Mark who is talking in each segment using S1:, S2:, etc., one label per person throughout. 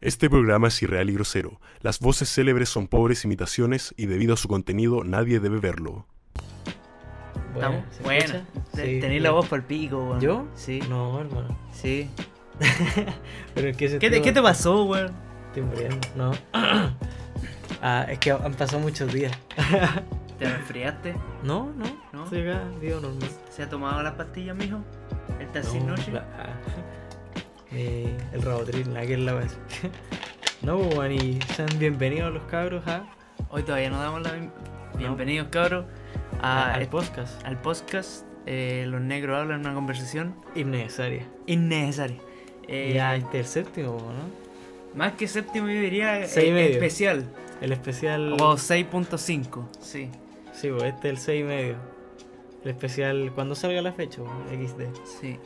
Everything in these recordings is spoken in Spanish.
S1: Este programa es irreal y grosero. Las voces célebres son pobres imitaciones y debido a su contenido nadie debe verlo.
S2: Bueno,
S3: ¿Estamos?
S2: ¿se
S3: Bueno,
S2: escucha?
S3: te-
S2: Sí,
S3: tenéis la
S2: bueno.
S3: voz por el pico, weón.
S2: ¿Yo?
S3: Sí.
S2: No, hermano.
S3: Sí.
S2: Pero en
S3: ¿Qué te, qué te pasó, weón?
S2: Estoy muriendo, no. Ah, es que han pasado muchos días.
S3: ¿Te resfriaste?
S2: No, no.
S3: ¿No?
S2: Estoy acá, digo normal.
S3: ¿Se ha tomado las pastillas, mijo? ¿El taxi
S2: No,
S3: noche?
S2: la- ah. Eh, el rabotril, la que es la wea. No, pues, weón, y sean bienvenidos los cabros a,
S3: Hoy todavía no damos la bien- bienvenidos, cabros, a-
S2: al
S3: est-
S2: podcast.
S3: al podcast eh, Los Negros Hablan, una conversación
S2: Innecesaria.
S3: innecesaria. Eh,
S2: ya, este es el séptimo, ¿no?
S3: Más que séptimo, yo diría eh,
S2: Seis y medio.
S3: especial.
S2: El especial.
S3: O 6.5, sí.
S2: Sí, pues, este es el 6 y medio. El especial cuando salga la fecha, pues, XD.
S3: Sí.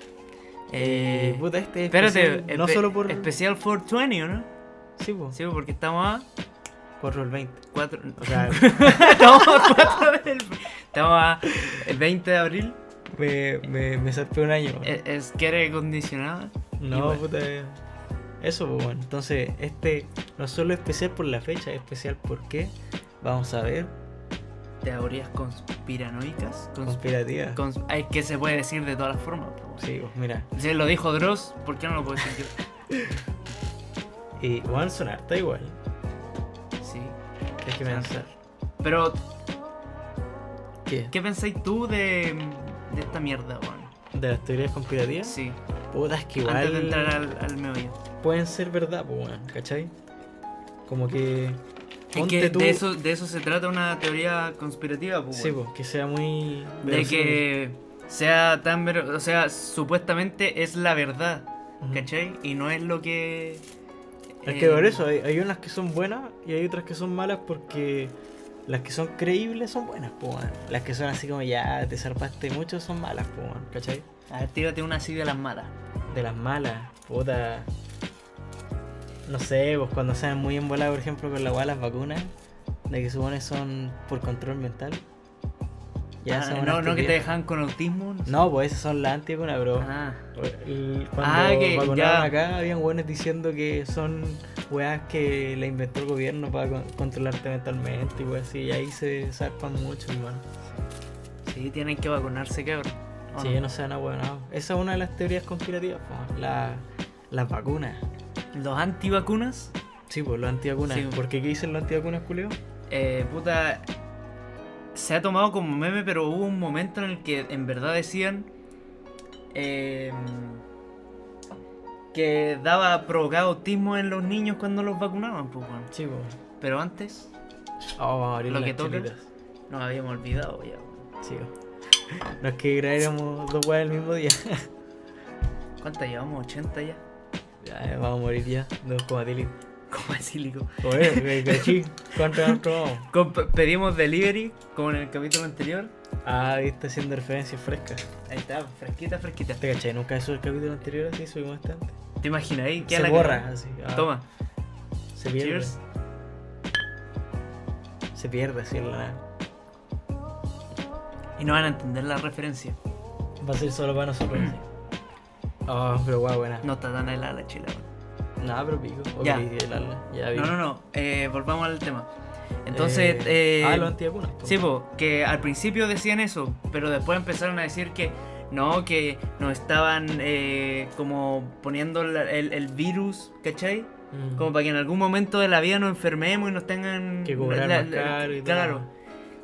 S2: Eh,
S3: Eh,
S2: puta, este es
S3: espérate,
S2: especial, no
S3: espe-
S2: solo por.
S3: Especial 420, ¿o ¿no?
S2: Sí, pues,
S3: Sí, porque estamos a
S2: por el 20.
S3: 4...
S2: O sea,
S3: estamos a 4 del... Estamos a el 20 de abril.
S2: me, me, me zarpé un año. weón.
S3: Es, es que aire acondicionado.
S2: No,
S3: Eh, Igual.
S2: puta. eh. Eso, pues bueno. Entonces, este no solo es especial por la fecha, es especial porque vamos a ver
S3: Teorías conspiranoicas. cons-
S2: conspirativa.
S3: cons- ay, que se puede decir de todas las formas. po, weón.
S2: Sí, pues mira.
S3: Si lo dijo Dross, ¿por qué no lo puedo decir yo?
S2: Y van a sonar, está igual.
S3: Sí.
S2: Hay que pensar.
S3: Pero,
S2: ¿Qué?
S3: ¿qué pensáis tú de, de esta mierda, weón?
S2: ¿De las teorías conspirativas?
S3: Sí.
S2: Puta, es que
S3: Antes de entrar
S2: igual
S3: al, al meollo.
S2: pueden ser verdad, pues bueno, ¿cachai? Como que.
S3: Es que de eso, de eso se trata una teoría conspirativa, po,
S2: Sí,
S3: weón.
S2: pues, que sea muy.
S3: De
S2: verosímil.
S3: que sea tan ver... O sea, supuestamente es la verdad,
S2: Ujú.
S3: ¿cachai? Y no es lo que...
S2: Es
S3: eh,
S2: que por eso, hay, hay unas que son buenas y hay otras que son malas porque las que son creíbles son buenas, po, weón. Las que son así como ya te zarpaste mucho son malas, po, weón, ¿cachai?
S3: A ver, tírate una así de las malas.
S2: De las malas, puta. No sé, pues cuando sean muy envolados, por ejemplo, con la weá de las vacunas, de que supone son por control mental.
S3: Ah,
S2: esa es una
S3: no, no que te
S2: estupidez.
S3: dejan con autismo. No. sé.
S2: No, pues esas son las antígonas, bro.
S3: Ah,
S2: El- Cuando
S3: Ah, que
S2: vacunaban
S3: ya.
S2: acá, habían hueones diciendo que son weas que la inventó el gobierno para con- controlarte mentalmente y weas así. Y ahí se zarpan mucho, hermano.
S3: sí, tienen que vacunarse, cabrón. ¿o
S2: Sí,
S3: no?
S2: no sean ahueonados. Esa es una de las teorías conspirativas, po, la- las vacunas.
S3: Los antivacunas,
S2: Sí, pues los antivacunas.
S3: Sí.
S2: ¿Por qué qué dicen los antivacunas, culeo?
S3: eh, puta... Se ha tomado como meme, pero hubo un momento en el que en verdad decían... eh, que daba provocado autismo en los niños cuando los vacunaban, pues, weón.
S2: Sí, pues.
S3: Pero antes
S2: Oh, vamos a abrir
S3: Lo
S2: las
S3: que toca.
S2: chelitas.
S3: nos habíamos olvidado ya.
S2: Sí, po. No es que grabáramos dos weas el mismo día.
S3: ¿Cuántas llevamos? ¿80 ya?
S2: Ya, eh, vamos a morir ya. Dos comatilitos.
S3: Como sílico.
S2: Oye, me cachí. ¿Cuánto nos tomamos?
S3: Pedimos delivery, como en el capítulo anterior.
S2: Ah, ahí está haciendo referencias frescas.
S3: Ahí está, fresquita, fresquita.
S2: Te caché, nunca eso el capítulo anterior así, subimos bastante.
S3: ¿Te imaginas ahí? Queda
S2: Se
S3: la
S2: borra,
S3: cagada.
S2: así. ah,
S3: Toma,
S2: Se pierde.
S3: cheers.
S2: Se pierde así en la nada.
S3: Y no van a entender la referencia.
S2: Va a ser solo para nosotros. así. Ah, pero guau, buena.
S3: No está tan helada la chela. weón.
S2: Nada, pero pico. O
S3: Ya.
S2: queréis hablarla. Ya,
S3: No, no, no. eh, volvamos al tema. Entonces, eh,
S2: Ah, los antivacunas. po.
S3: Sí, po, que al principio decían eso, pero después empezaron a decir que no, que nos estaban eh, como poniendo la- el, el virus, ¿cachai?
S2: Mm.
S3: Como para que en algún momento de la vida nos enfermemos y nos tengan...
S2: Que cobrar
S3: la-
S2: más
S3: la-
S2: caro y todo.
S3: Claro,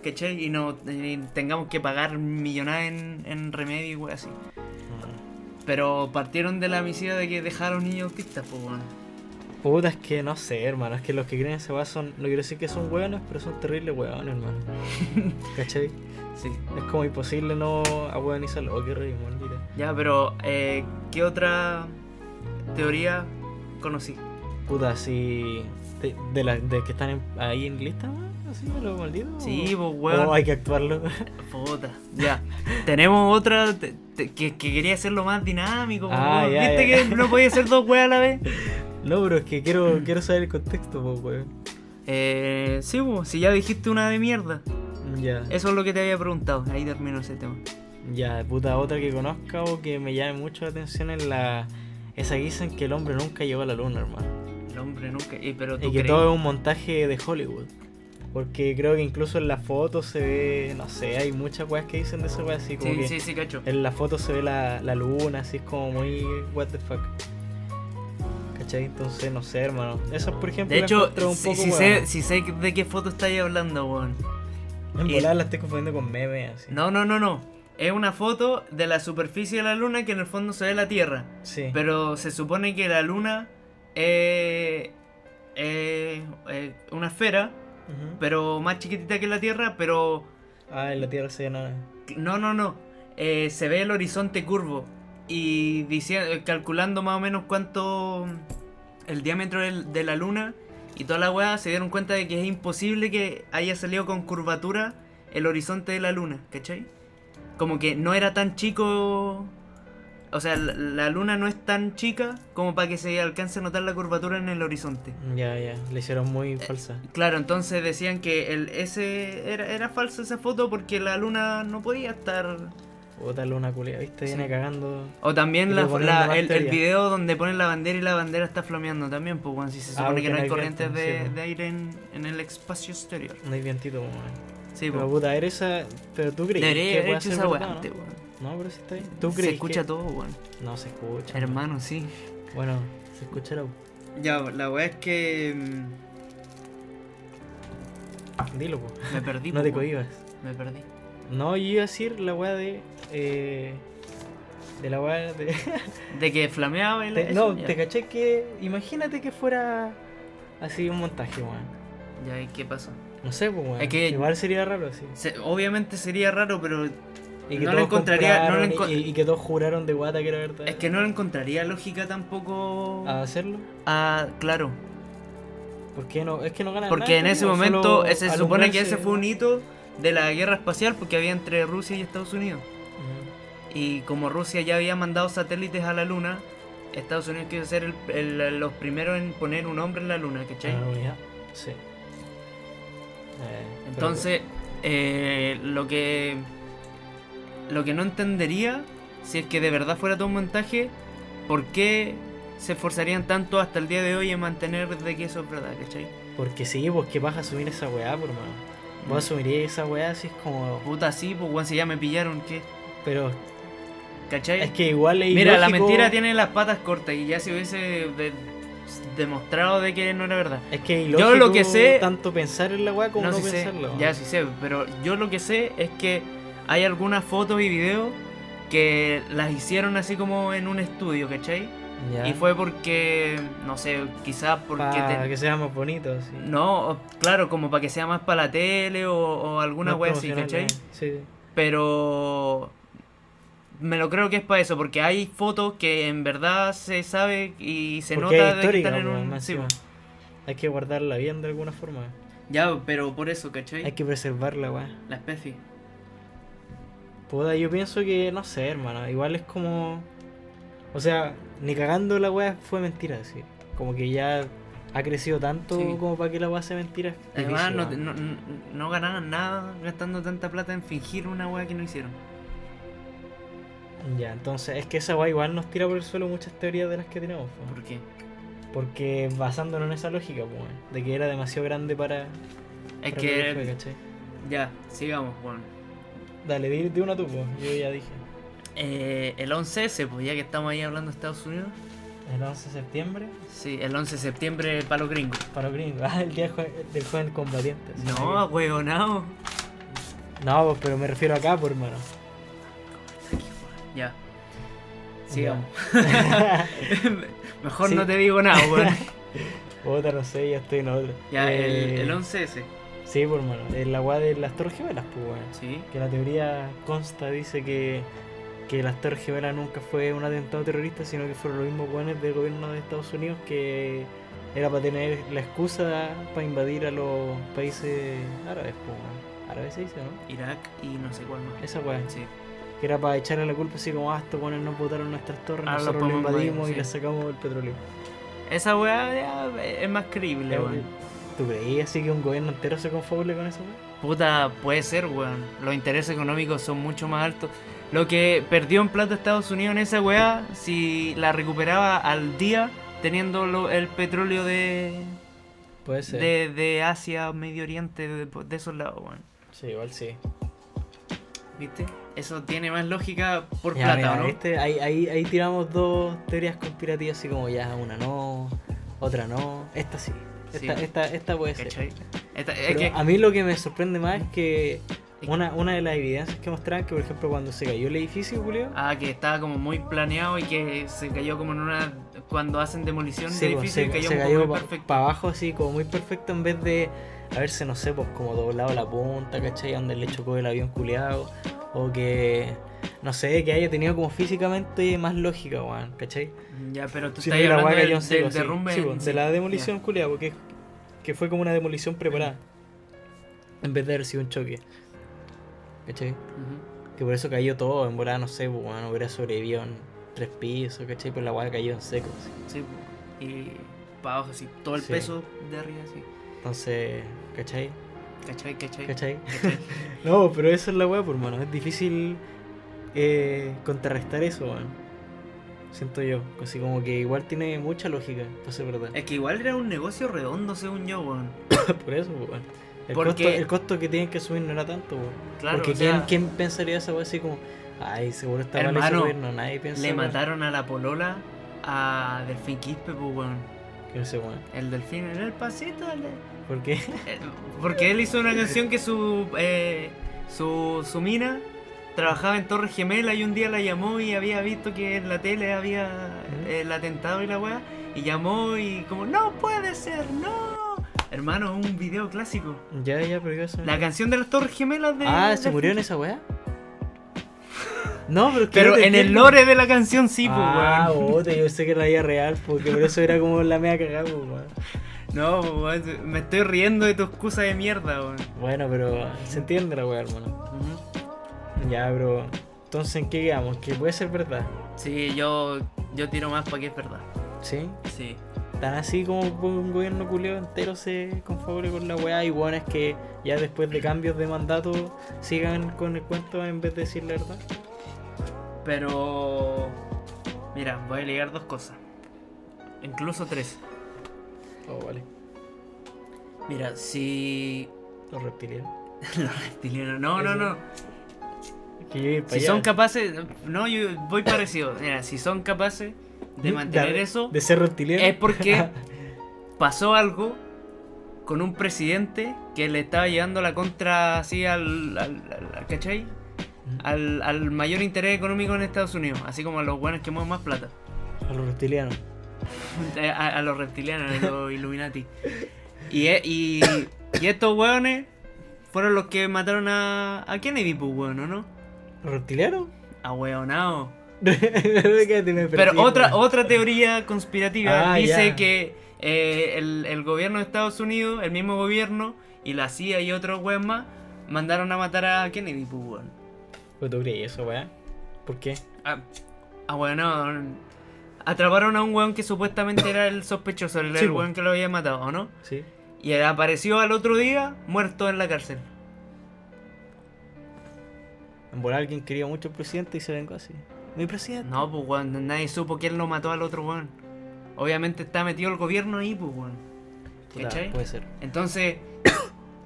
S3: ¿cachai? Y, no, y tengamos que pagar millonadas en, en remedio y wey así.
S2: Mm.
S3: Pero partieron de la misiva de que dejaron niños autistas, pues bueno.
S2: Puta, es que no sé, hermano. Es que los que creen esa weá son. No quiero decir que son hueones, pero son terribles hueones, hermano. ¿Cachai?
S3: Sí.
S2: Es como imposible no ahueonizarlo. Oh, qué rey, maldita.
S3: Ya, pero eh, ¿qué otra teoría conocí?
S2: Puta, si. De, de las de que están en- ahí en lista, ¿no? así, a los malditos.
S3: Sí,
S2: o-
S3: pues weón.
S2: o hay que actuarlo.
S3: Puta, ya. Tenemos otra te- te- que, que quería hacerlo más dinámico. po,
S2: Ah,
S3: weón.
S2: ya,
S3: ¿Viste
S2: ya.
S3: que no podía hacer dos weas a la vez?
S2: no, pero es que quiero, quiero saber el contexto, pues, weón.
S3: Eh, sí, po, si ya dijiste una de mierda.
S2: Ya.
S3: Eso es lo que te había preguntado. Ahí terminó ese tema.
S2: Ya, puta, otra que conozca o que me llame mucho la atención es la. Esa guisa en que el hombre nunca llegó a la luna, hermano.
S3: El hombre nunca. Eh, pero tú
S2: Y que
S3: creí-
S2: todo es un montaje de Hollywood. Porque creo que incluso en la foto se ve, no sé, hay muchas weas que dicen de esa wea así como
S3: Sí,
S2: que
S3: sí, sí, cacho.
S2: en la foto se ve la, la luna, así es como muy what the fuck. ¿Cachai? Entonces, no sé, hermano. Esas, por ejemplo,
S3: De
S2: las
S3: hecho,
S2: encuentro un
S3: si,
S2: poco
S3: si
S2: hueonas.
S3: sé, si sé de qué foto estáis hablando, weón.
S2: En
S3: y-
S2: volar la estoy confundiendo con memes, así.
S3: No, no, no, no. Es una foto de la superficie de la luna que en el fondo se ve la Tierra.
S2: Sí.
S3: Pero se supone que la luna es es- es una esfera,
S2: Ujú.
S3: pero más chiquitita que la Tierra, pero...
S2: Ah, en la Tierra se ve nada.
S3: No, no, no. Eh, se ve el horizonte curvo. Y dici- eh, calculando más o menos cuánto... El diámetro del- de la luna y toda la weá se dieron cuenta de que es imposible que haya salido con curvatura el horizonte de la luna, ¿cachai? Como que no era tan chico... O sea, la, la luna no es tan chica como para que se alcance a notar la curvatura en el horizonte.
S2: Ya, ya. Le hicieron muy
S3: Eh.
S2: falsa.
S3: Claro, entonces decían que el, ese era, era falsa esa foto porque la luna no podía estar.
S2: Otra luna culia, viste, viene
S3: Sí.
S2: cagando.
S3: O
S2: Y
S3: también la-
S2: le ponen
S3: la-
S2: nomás
S3: el, el
S2: teoría.
S3: video donde ponen la bandera y la bandera está flameando también, pues bueno, si se
S2: Ah,
S3: supone
S2: porque
S3: que no
S2: no
S3: hay
S2: hay
S3: corrientes
S2: viento,
S3: de,
S2: sí, pues.
S3: de aire en, en el espacio exterior.
S2: No hay vientito, weón.
S3: Sí,
S2: Pero
S3: pues.
S2: puta, eres esa. Pero tú crees
S3: Debería
S2: que
S3: haber
S2: puede
S3: hecho
S2: ser
S3: esa weá
S2: verdad,
S3: antes,
S2: ¿no?
S3: weón.
S2: No, pero si está ahí. ¿Tú crees
S3: Se escucha
S2: que-
S3: todo, weón.
S2: No se escucha.
S3: Hermano, sí.
S2: weón. Bueno, se escuchará.
S3: Ya, la weá es que. mm,
S2: Dilo, po.
S3: Me perdí.
S2: No
S3: pues,
S2: te
S3: weón.
S2: cohibas.
S3: Me perdí.
S2: No, yo iba a decir la weá de. eh, de la weá de.
S3: De que flameaba y la.
S2: Te-
S3: eso,
S2: no,
S3: ya.
S2: te caché que. Imagínate que fuera así un montaje, weón.
S3: Ya, ¿y qué pasó?
S2: No sé, pues, weón.
S3: Es que-
S2: Igual sería raro así.
S3: Se- obviamente sería raro, pero
S2: Y que
S3: No lo
S2: todos
S3: encontraría- no lo
S2: compraron y,
S3: encon-
S2: y- y que todos juraron de guata que era verdad.
S3: es que no le encontraría lógica tampoco
S2: ¿A hacerlo?
S3: Ah, claro.
S2: ¿Por qué no? Es que no ganan
S3: Porque en
S2: nada,
S3: ese
S2: pues,
S3: momento
S2: solo
S3: eh, se supone que
S2: alumbrarse.
S3: ese fue un hito de la guerra espacial porque había entre Rusia y Estados Unidos.
S2: Ujú.
S3: Y como Rusia ya había mandado satélites a la luna, Estados Unidos quiso ser el- el- los primeros en poner un hombre en la luna, ¿cachai?
S2: Ah, ya. Sí. Eh, pero-
S3: Entonces, eh, lo que. Lo que no entendería, si es que de verdad fuera todo un montaje, ¿por qué se esforzarían tanto hasta el día de hoy en mantener de que eso es verdad, ¿cachai?
S2: Porque sí, pues que vas a asumir esa weá, por mano.
S3: Mm.
S2: Vos asumirías esa weá si es como.
S3: Puta, sí, pues weón, si ya me pillaron, ¿qué?
S2: Pero
S3: ¿Cachai?
S2: es que igual es
S3: Mira, la
S2: ilógico-
S3: mentira tiene las patas cortas y ya se hubiese de- demostrado de que no era verdad.
S2: Es que es
S3: Yo lo que
S2: ilógico
S3: sé-
S2: Tanto pensar en la weá como no,
S3: sí sé,
S2: pensarlo.
S3: ya sí sé, pero yo lo que sé es que hay algunas fotos y videos que las hicieron así como en un estudio, ¿cachai?
S2: Ya.
S3: Y fue porque, no sé, quizás porque...
S2: Para
S3: te-
S2: que sea más bonito, sí.
S3: No, o- claro, como para que sea más para la tele o, o alguna
S2: Más
S3: wea así,
S2: promocional,
S3: ¿cachai?
S2: ya. Sí.
S3: Pero me lo creo que es para eso, porque hay fotos que en verdad se sabe y se
S2: Porque
S3: nota
S2: es
S3: de que
S2: histórica,
S3: están en
S2: pues,
S3: un.
S2: más
S3: sí,
S2: encima.
S3: pues.
S2: Hay que guardarla bien de alguna forma.
S3: Ya, pero por eso, ¿cachai?
S2: Hay que preservarla, weá.
S3: La especie.
S2: Puta, yo pienso que, no sé, hermano, igual es como... O sea, ni cagando la weá fue mentira, sí. Como que ya ha crecido tanto
S3: Sí.
S2: como para que la weá sea mentira. es
S3: Además,
S2: difícil,
S3: no,
S2: weón.
S3: no, no- no ganaban nada gastando tanta plata en fingir una weá que no hicieron.
S2: Ya, entonces es que esa weá igual nos tira por el suelo muchas teorías de las que tenemos. po.
S3: ¿Por qué?
S2: Porque basándonos en esa lógica, pues, de que era demasiado grande para... para
S3: Es
S2: lo que fue,
S3: que.
S2: ¿cachai?
S3: Ya, sigamos, bueno.
S2: Dale, di, di una tú, po, yo ya dije.
S3: Eh, el 11S, pues ya que estamos ahí hablando de Estados Unidos.
S2: El 11 de septiembre,
S3: Sí, el 11 de septiembre para los gringos.
S2: para los gringos. Ah, el día del jue- del joven combatiente. sí,
S3: No, huevonao.
S2: que- No, pues, pero me refiero acá, por hermano.
S3: Ya.
S2: Ya.
S3: Sigamos. Mejor
S2: Sí.
S3: no te digo nada, weón.
S2: Otra, no sé, ya estoy en otra.
S3: Ya, el,
S2: Eh,
S3: el 11S.
S2: Sí, por mano. La weá de las Torres Gemelas, pues, weón.
S3: Sí.
S2: Que la teoría consta, dice que, que las Torres Gemelas nunca fue un atentado terrorista, sino que fueron los mismos weones del gobierno de Estados Unidos que era para tener la excusa para invadir a los países árabes, pues, weón. Árabes se dice, ¿no?
S3: Irak y no sé cuál más.
S2: Esa weá.
S3: Sí.
S2: Que era para echarle la culpa así como, ah, estos weones nos botaron nuestras torres,
S3: Ah, los
S2: nosotros lo
S3: podemos invadir,
S2: invadimos y
S3: sí.
S2: les sacamos el petróleo. Eh,
S3: Esa weá ya es más creíble, weón.
S2: ¿Tú creías así que un gobierno entero se confabule con eso, weón?
S3: Puta, puede ser, weón. Los intereses económicos son mucho más altos. Lo que perdió en plata Estados Unidos en esa weá, si la recuperaba al día, teniendo lo- el petróleo de,
S2: Puede ser.
S3: de, de Asia, Medio Oriente, de, de esos lados, weón.
S2: Sí, igual sí.
S3: ¿Viste? Eso tiene más lógica por
S2: Ya,
S3: plata,
S2: mira, este
S3: ¿o ¿no?
S2: ¿viste? Ahí, ahí, ahí tiramos dos teorías conspirativas así como ya, una no, otra no, esta sí. Esta,
S3: Sí. pues,
S2: esta, esta puede ser.
S3: ¿Cachai? Esta- es
S2: este. Pero
S3: que-
S2: a mí lo que me sorprende más es que una, una de las evidencias que mostraban que, por ejemplo, cuando se cayó el edificio, Julio,
S3: Ah, que estaba como muy planeado y que se cayó como en una. Cuando hacen demolición
S2: sí,
S3: de
S2: pues,
S3: edificio,
S2: se,
S3: cayó
S2: se
S3: como
S2: cayó
S3: muy
S2: para
S3: perfecto.
S2: abajo así como muy perfecto en vez de haberse, no sé, pues como doblado la punta, ¿cachai? Donde le chocó el avión culeado. O que, no sé, que haya tenido como físicamente más lógica, weón, ¿cachai?
S3: Ya, pero tú
S2: Sí,
S3: estás
S2: la
S3: hablando
S2: hueá
S3: del,
S2: cayó en seco,
S3: del
S2: sí.
S3: derrumbe.
S2: Sí, pues, de la demolición culiada, porque que fue como una demolición preparada. En vez de haber sido un choque. ¿Cachai?
S3: Ya. Ujú.
S2: Que por eso cayó todo, en volada, no sé, pues, bueno, hubiera sobrevivido en tres pisos, ¿cachai? Pero la hueá cayó en seco. así.
S3: Sí, y para abajo, así. Todo el
S2: Sí.
S3: peso de arriba, así.
S2: Entonces, ¿cachai?
S3: ¿Cachai? ¿Cachai?
S2: ¿Cachai?
S3: ¿Cachai?
S2: No, pero esa es la hueá, por mano. Es difícil eh, contrarrestar eso, weón. Siento yo. Así como que igual tiene mucha lógica, pues es verdad.
S3: Es que igual era un negocio redondo, según yo, weón.
S2: Por eso, pues, weón. El,
S3: Porque-
S2: costo, el costo que tienen que subir no era tanto, weón.
S3: Claro,
S2: Porque
S3: o sea,
S2: ¿quién, ¿quién pensaría esa weá así como, ay, seguro está mal ese
S3: Hermano,
S2: gobierno? Nadie piensa.
S3: le
S2: weón,
S3: mataron a la polola a Delfín Quispe, pues, weón.
S2: Que no sé, weón.
S3: El delfín en el pasito, dale.
S2: ¿Por qué?
S3: Eh, Porque él hizo una canción que su, eh, su, su mina trabajaba en Torre Gemela y un día la llamó y había visto que en la tele había eh, el atentado y la weá. Y llamó y como, no puede ser, no. Hermano, un video clásico.
S2: Ya, ya, pero qué eso.
S3: La canción de las Torres Gemelas de...
S2: Ah,
S3: de-
S2: ¿se murió en esa weá? No, pero es que
S3: Pero
S2: no te
S3: en el
S2: entiendo.
S3: lore de la canción sí, pues,
S2: Ah,
S3: weón.
S2: bote, yo sé que era la vida real, porque por eso era como la media cagada, pues, weón.
S3: No, weón, me estoy riendo de tu excusa de mierda, weón.
S2: Bueno, pero se entiende la weá, hermano.
S3: Ujú.
S2: Ya, bro. Entonces, ¿en qué quedamos? Que puede ser verdad,
S3: Sí, yo, yo tiro más para que es verdad.
S2: ¿sí?
S3: Sí.
S2: Tan así como un gobierno culeo entero se confabule con la weá y bueno es que ya después de cambios de mandato sigan con el cuento en vez de decir la verdad.
S3: Pero. Mira, voy a ligar dos cosas. Incluso tres.
S2: Oh, vale.
S3: Mira, si.
S2: Los reptilianos.
S3: Los reptilianos. No, no, no.
S2: Que yo iba pa'
S3: Si
S2: allá.
S3: son capaces. No, yo voy parecido. Mira, si son capaces de mantener eso,
S2: De ser reptiliano.
S3: es porque pasó algo con un presidente que le estaba llevando la contra así al. al, al- al- ¿Cachai? Al, al mayor interés económico en Estados Unidos, así como a los buenos que mueven más plata.
S2: A los reptilianos.
S3: Eh, A, a los reptilianos, a los Illuminati. Y, e- y, y estos hueones fueron los que mataron a, a Kennedy, pues hueón, ¿o ¿no?
S2: ¿Los reptilianos?
S3: A hueonao.
S2: Cállate, me perdí,
S3: Pero otra,
S2: weón.
S3: otra teoría conspirativa
S2: Ah,
S3: dice
S2: ya.
S3: que eh, el, el gobierno de Estados Unidos, el mismo gobierno, y la CIA y otros hueones más, mandaron a matar a Kennedy, pues hueón.
S2: Pues, ¿Tú crees eso, weá? ¿Por qué?
S3: A, a hueonao. Atraparon a un hueón que supuestamente era el sospechoso, el,
S2: Sí,
S3: el
S2: pues.
S3: hueón que lo había matado, ¿o ¿no?
S2: Sí.
S3: Y apareció al otro día muerto en la cárcel.
S2: En volar alguien quería mucho al presidente y se vengó así. Mi presidente.
S3: No, pues weón, nadie supo quién lo mató al otro weón. Obviamente está metido el gobierno ahí, pues weón.
S2: Puta,
S3: ¿Cachai?
S2: puede ser.
S3: Entonces,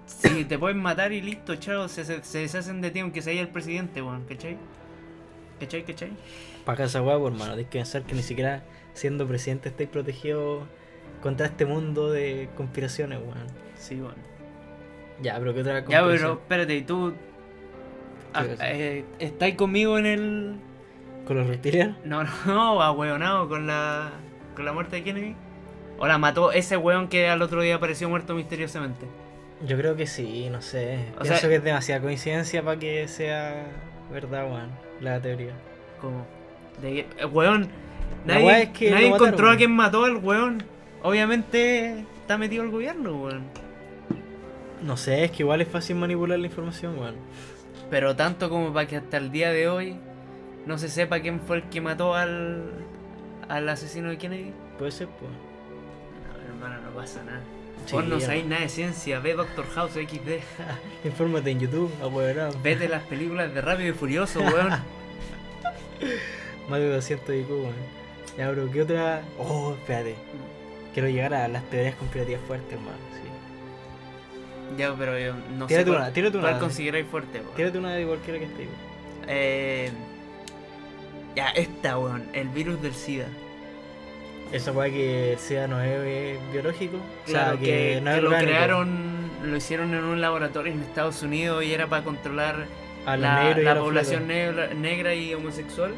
S3: si te pueden matar y listo, chao, se, se- se deshacen de ti aunque sea el presidente, weón, ¿cachai? ¿Cachai, cachai?
S2: Para esa hueá, pues, hermano, tienes que pensar que ni siquiera siendo presidente estáis protegidos contra este mundo de conspiraciones, weón.
S3: Sí, weón.
S2: Ya, pero ¿qué otra
S3: Ya,
S2: conspiración?
S3: pero espérate, ¿y tú
S2: ¿Qué
S3: Ah,
S2: cosa?
S3: eh, estáis conmigo en el...
S2: ¿Con los reptilianos?
S3: No, no, ahueonado con la, con la muerte de Kennedy? ¿O la mató ese weón que al otro día apareció muerto misteriosamente?
S2: Yo creo que sí, no sé.
S3: O
S2: Pienso
S3: sea-
S2: que es demasiada coincidencia para que sea verdad, weón, la teoría.
S3: Como. De, eh, weón.
S2: La
S3: Nadie,
S2: weá es que
S3: nadie
S2: lo
S3: encontró
S2: mataron.
S3: a quien mató al weón. Obviamente está metido el gobierno, weón.
S2: No sé, es que igual es fácil manipular la información, weón.
S3: Pero tanto como para que hasta el día de hoy no se sepa quién fue el que mató al. al asesino de Kennedy.
S2: Puede ser, pues.
S3: No, hermano, no pasa nada.
S2: Sí,
S3: Vos no
S2: ya.
S3: sabéis nada de ciencia, ve Doctor House XD.
S2: Infórmate en YouTube, apoderado.
S3: Vete las películas de Rápido y Furioso, weón.
S2: Más de 200 IQ, weón. Ya, bro, ¿qué otra? Oh, espérate. Quiero llegar a las teorías conspirativas fuertes, hermano. Sí.
S3: Ya, pero yo no
S2: Tírate
S3: sé cuál,
S2: una, tírate una.
S3: cuál consideráis fuerte, weón.
S2: Tírate una de cualquiera que esté. ahí, weón.
S3: Eh, ya, esta, weón. El virus del SIDA.
S2: Esa weá que sea no es eh, biológico. o sea, que, no es
S3: lo
S2: orgánico.
S3: crearon, lo hicieron en un laboratorio en Estados Unidos y era para controlar
S2: a los
S3: la,
S2: negros y
S3: la
S2: a los
S3: población
S2: flacos.
S3: negra, negra y homosexual.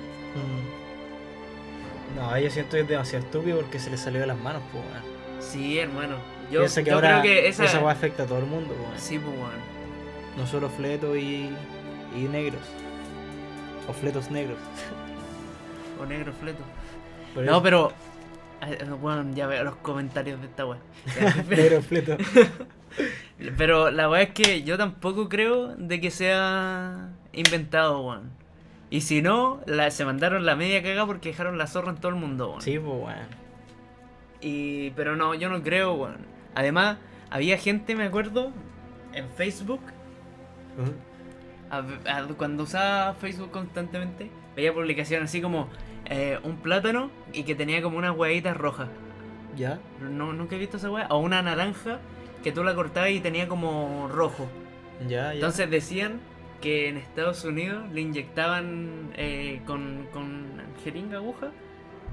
S2: Mm. No, yo siento que es demasiado estúpido porque se le salió de las manos, pues, weón.
S3: Sí, hermano. Yo,
S2: Piensa que
S3: yo
S2: ahora
S3: creo que esa.
S2: esa weá afecta a todo el mundo, pues, weón.
S3: Sí, pues, weón.
S2: No solo fletos y, y negros. O fletos negros.
S3: O negro fleto.
S2: Por
S3: No,
S2: eso-
S3: pero. eh, Weón, ya veo los comentarios de esta weá.
S2: Negros fletos.
S3: Pero la weá es que yo tampoco creo de que sea inventado, weón. Y si no, la, se mandaron la media cagada porque dejaron la zorra en todo el mundo, weón.
S2: Sí, pues, weón.
S3: Y, pero no, yo no creo, weón. Además, había gente, me acuerdo, en Facebook, ¿Mm? a- a- cuando usaba Facebook constantemente, veía publicaciones así como eh, un plátano y que tenía como unas huevitas rojas.
S2: ¿Ya?
S3: No, nunca he visto esa hueá. O una naranja que tú la cortabas y tenía como rojo.
S2: Ya, ya.
S3: Entonces decían que en Estados Unidos le inyectaban eh, con, con jeringa aguja,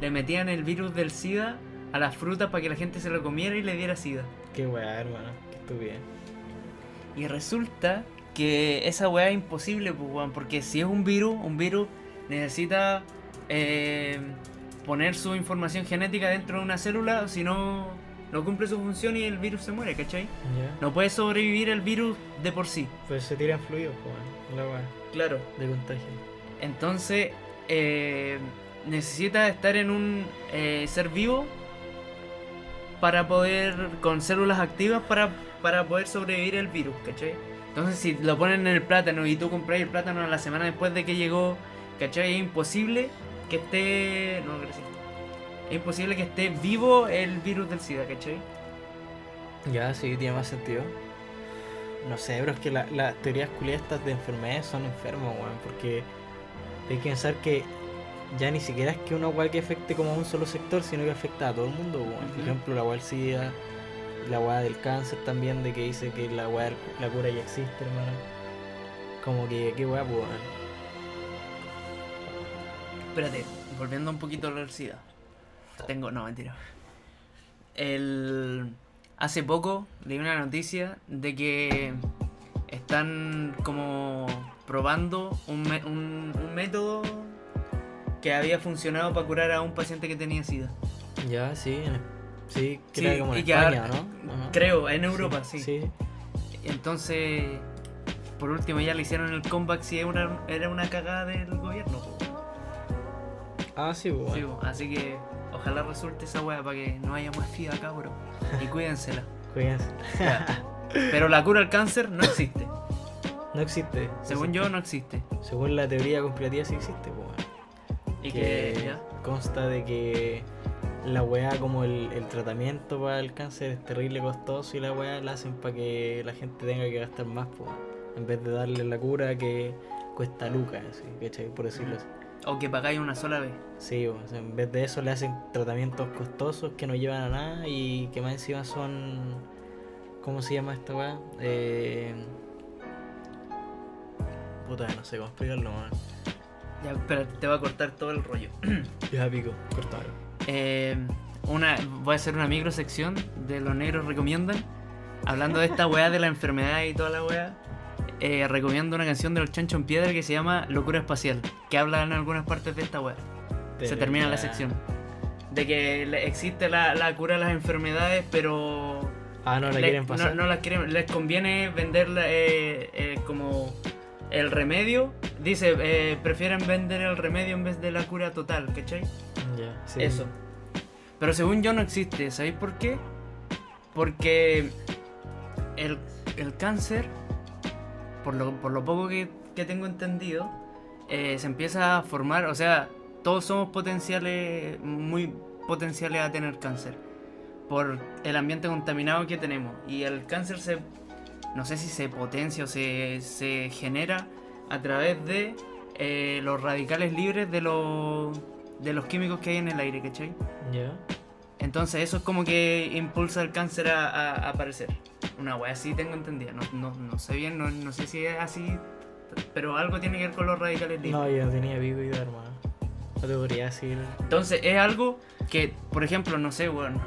S3: le metían el virus del SIDA a las frutas para que la gente se lo comiera y le diera SIDA.
S2: Qué weá, hermano. Qué estupidez.
S3: Y resulta que esa weá es imposible, pues, weón, porque si es un virus, un virus necesita eh, poner su información genética dentro de una célula, si no, no cumple su función y el virus se muere, ¿cachai?
S2: Ya.
S3: No puede sobrevivir el virus de por sí.
S2: Pues se tiran fluidos, pues, weón. La weá.
S3: Claro.
S2: De contagio.
S3: Entonces, eh, necesita estar en un eh, ser vivo para poder, con células activas, para, para poder sobrevivir el virus, ¿cachai? Entonces, si lo ponen en el plátano y tú compras el plátano a la semana después de que llegó, ¿cachai? Es imposible que esté. No, gracias. Es imposible que esté vivo el virus del SIDA, ¿cachai?
S2: Ya, sí, tiene más sentido. No sé, pero es que la- las teorías culiadas estas de enfermedades son enfermos, weón, porque hay que pensar que ya ni siquiera es que una weá que afecte como a un solo sector, sino que afecta a todo el mundo, weón. Por
S3: Ujú.
S2: ejemplo, la weá del SIDA, la weá del cáncer también, de que dice que la weá, del- la cura ya existe, hermano. Como que, qué weá, pues, weón.
S3: Espérate, volviendo un poquito a lo del SIDA. Tengo, no, mentira. El, hace poco leí una noticia de que están como probando un, me- un- un método que había funcionado para curar a un paciente que tenía SIDA.
S2: Ya, sí, en- sí, que
S3: Sí,
S2: era como en
S3: y que
S2: España,
S3: ahora-
S2: ¿no? Ajá.
S3: Creo, en Europa, sí.
S2: Sí,
S3: Entonces, por último, ya le hicieron el comeback si era una, era una cagada del gobierno. po.
S2: Ah, sí, pues,
S3: Sí,
S2: weón.
S3: po. así que ojalá resulte esa wea para que no haya más SIDA, cabrón. Y cuídensela.
S2: Cuídense.
S3: Ya. Pero la cura al cáncer no existe.
S2: No existe.
S3: Según yo, no existe.
S2: Según la teoría conspirativa sí existe, pues, weón.
S3: Y que. ya.
S2: consta de que la weá como el, el tratamiento para el cáncer es terrible costoso y la weá la hacen para que la gente tenga que gastar más, pues, en vez de darle la cura que cuesta lucas, así, ¿cachai? por decirlo así.
S3: O que pagáis una sola vez.
S2: Sí, o sea, en vez de eso le hacen tratamientos costosos que no llevan a nada y que más encima son... ¿Cómo se llama esta weá? Eh... Puta, no sé cómo explicarlo, weón.
S3: Ya, espérate, te va a cortar todo el rollo.
S2: Ya pico, cortado.
S3: Eh, una, voy a hacer una microsección de los negros recomiendan. Hablando de esta weá de la enfermedad y toda la weá. eh, recomiendo una canción de los Chancho en Piedra que se llama Locura Espacial. Que habla en algunas partes de esta weá. se termina
S2: Ah.
S3: la sección. De que le- existe la, la cura a las enfermedades, pero
S2: Ah, no la
S3: Le-
S2: quieren pasar.
S3: No, no la quieren, les conviene vender la- eh, eh, como el remedio. Dice, eh, prefieren vender el remedio en vez de la cura total, ¿cachai?
S2: Ya, sí.
S3: Eso. Pero según yo no existe, ¿sabéis por qué? Porque el, el cáncer, por lo, por lo poco que, que tengo entendido, eh, se empieza a formar, o sea, todos somos potenciales, muy potenciales a tener cáncer, por el ambiente contaminado que tenemos. Y el cáncer se, no sé si se potencia o se, se genera a través de eh, los radicales libres de los de los químicos que hay en el aire, ¿cachai?
S2: Ya.
S3: Entonces eso es como que impulsa el cáncer a, a- a aparecer. Una wea así tengo entendida. No, no, no sé bien, no, no sé si es así, pero algo tiene que ver con los radicales libres.
S2: No, yo no tenía pico idea, hermano. No te podría decir.
S3: Entonces es algo que, por ejemplo, no sé, weón.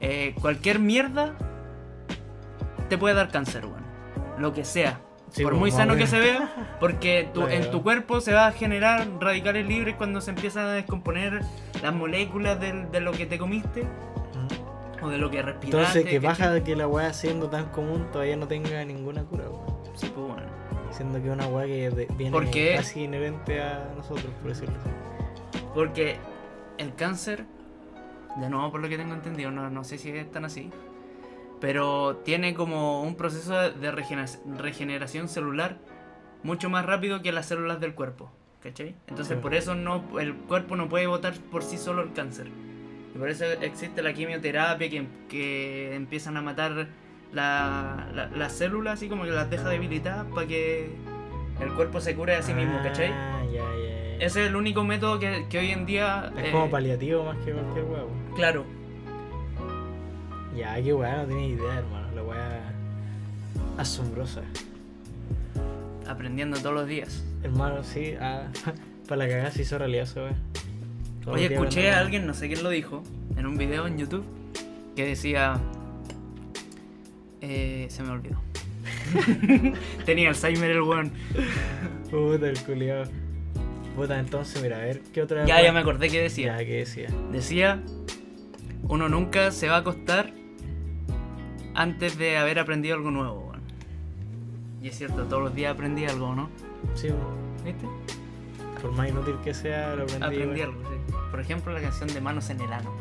S3: eh, cualquier mierda te puede dar cáncer, weón. Lo que sea.
S2: Sí,
S3: por
S2: pues,
S3: muy
S2: más o
S3: sano que
S2: menos.
S3: se vea, porque tu-
S2: Claro.
S3: en tu cuerpo se va a generar radicales libres cuando se empiezan a descomponer las moléculas del- de lo que te comiste Mm. o de lo que respiraste.
S2: Entonces, que
S3: ¿cachai?
S2: baja que la weá siendo tan común todavía no tenga ninguna cura, weón.
S3: Sí, pues, weón.
S2: Siendo que es una weá que de- viene
S3: ¿Por qué?
S2: casi inherente a nosotros, por decirlo así.
S3: Porque el cáncer, de nuevo por lo que tengo entendido, no, no sé si es tan así, pero tiene como un proceso de regena- regeneración celular mucho más rápido que las células del cuerpo, ¿cachai? Entonces
S2: Ya.
S3: por eso no, el cuerpo no puede votar por sí solo el cáncer. Y por eso existe la quimioterapia que, que empiezan a matar la- la- las células, así como que las deja debilitadas para que el cuerpo se cure a sí mismo, ¿cachai?
S2: Ah, ya, ya. ya. Es,
S3: Ese es el único método que, que hoy en día. eh,
S2: como paliativo más que cualquier weá, weón.
S3: Claro.
S2: Ya, qué weá, no tenía idea, hermano. La weá asombrosa.
S3: Aprendiendo todos los días.
S2: Hermano, sí, ah, para la cagada se hizo realidad esa weá. Todos
S3: Hoy
S2: los días
S3: escuché
S2: aprendo
S3: a
S2: algo.
S3: alguien, no sé quién lo dijo, en un video en YouTube, que decía. eh, se me olvidó. Tenía Alzheimer el weón.
S2: Puta, el culiao. Puta, entonces, mira, a ver, ¿qué otra
S3: Ya,
S2: weá?
S3: ya me acordé que
S2: Ya,
S3: decía.
S2: ¿qué decía?
S3: Decía: Uno nunca se va a acostar antes de haber aprendido algo nuevo, weón. Y es cierto, todos los días aprendí algo, ¿no?
S2: Sí, weón.
S3: ¿Viste?
S2: por más inútil que sea, lo aprendí.
S3: aprendí
S2: weón.
S3: algo, sí. Por ejemplo, la canción de Manos en el Ano.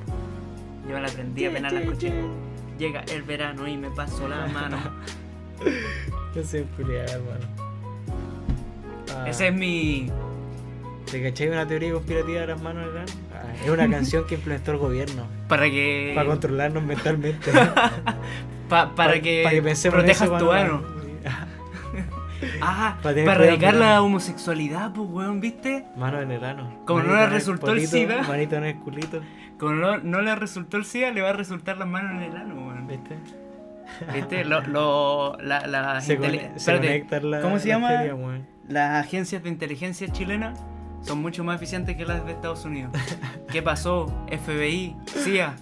S3: Yo la aprendí apenas la escuché. Llega el verano y me paso la mano.
S2: Ah. Yo soy un culiao, hermano. Ah,
S3: Ese es mi.
S2: ¿Te cachai una teoría conspirativa de las manos, hermano? Ah, es una canción que implementó el gobierno
S3: Para que.
S2: para controlarnos mentalmente. ¿no?
S3: pa- para
S2: Pa-
S3: que.
S2: pa' pensemos en
S3: protejas
S2: eso,
S3: tu
S2: para-
S3: ano. Ah,
S2: Pa'
S3: para
S2: tener cuidado
S3: erradicar
S2: con el
S3: la
S2: ano.
S3: homosexualidad, pues, weón, ¿viste?
S2: Mano en el ano.
S3: Como no
S2: Manito
S3: le
S2: en el
S3: resultó el
S2: potito,
S3: SIDA.
S2: Manito en el culito,
S3: Como no, no le resultó el SIDA, le va a resultar las manos en el ano, weón.
S2: ¿viste?
S3: ¿Viste? Lo, lo- la, las
S2: Se,
S3: intele-
S2: cone- se
S3: espérate,
S2: conecta la.
S3: ¿Cómo se
S2: la
S3: llama?
S2: teoría, weón.
S3: las agencias de inteligencia chilenas son mucho más eficientes que las de Estados Unidos. ¿Qué pasó? FBI, CIA,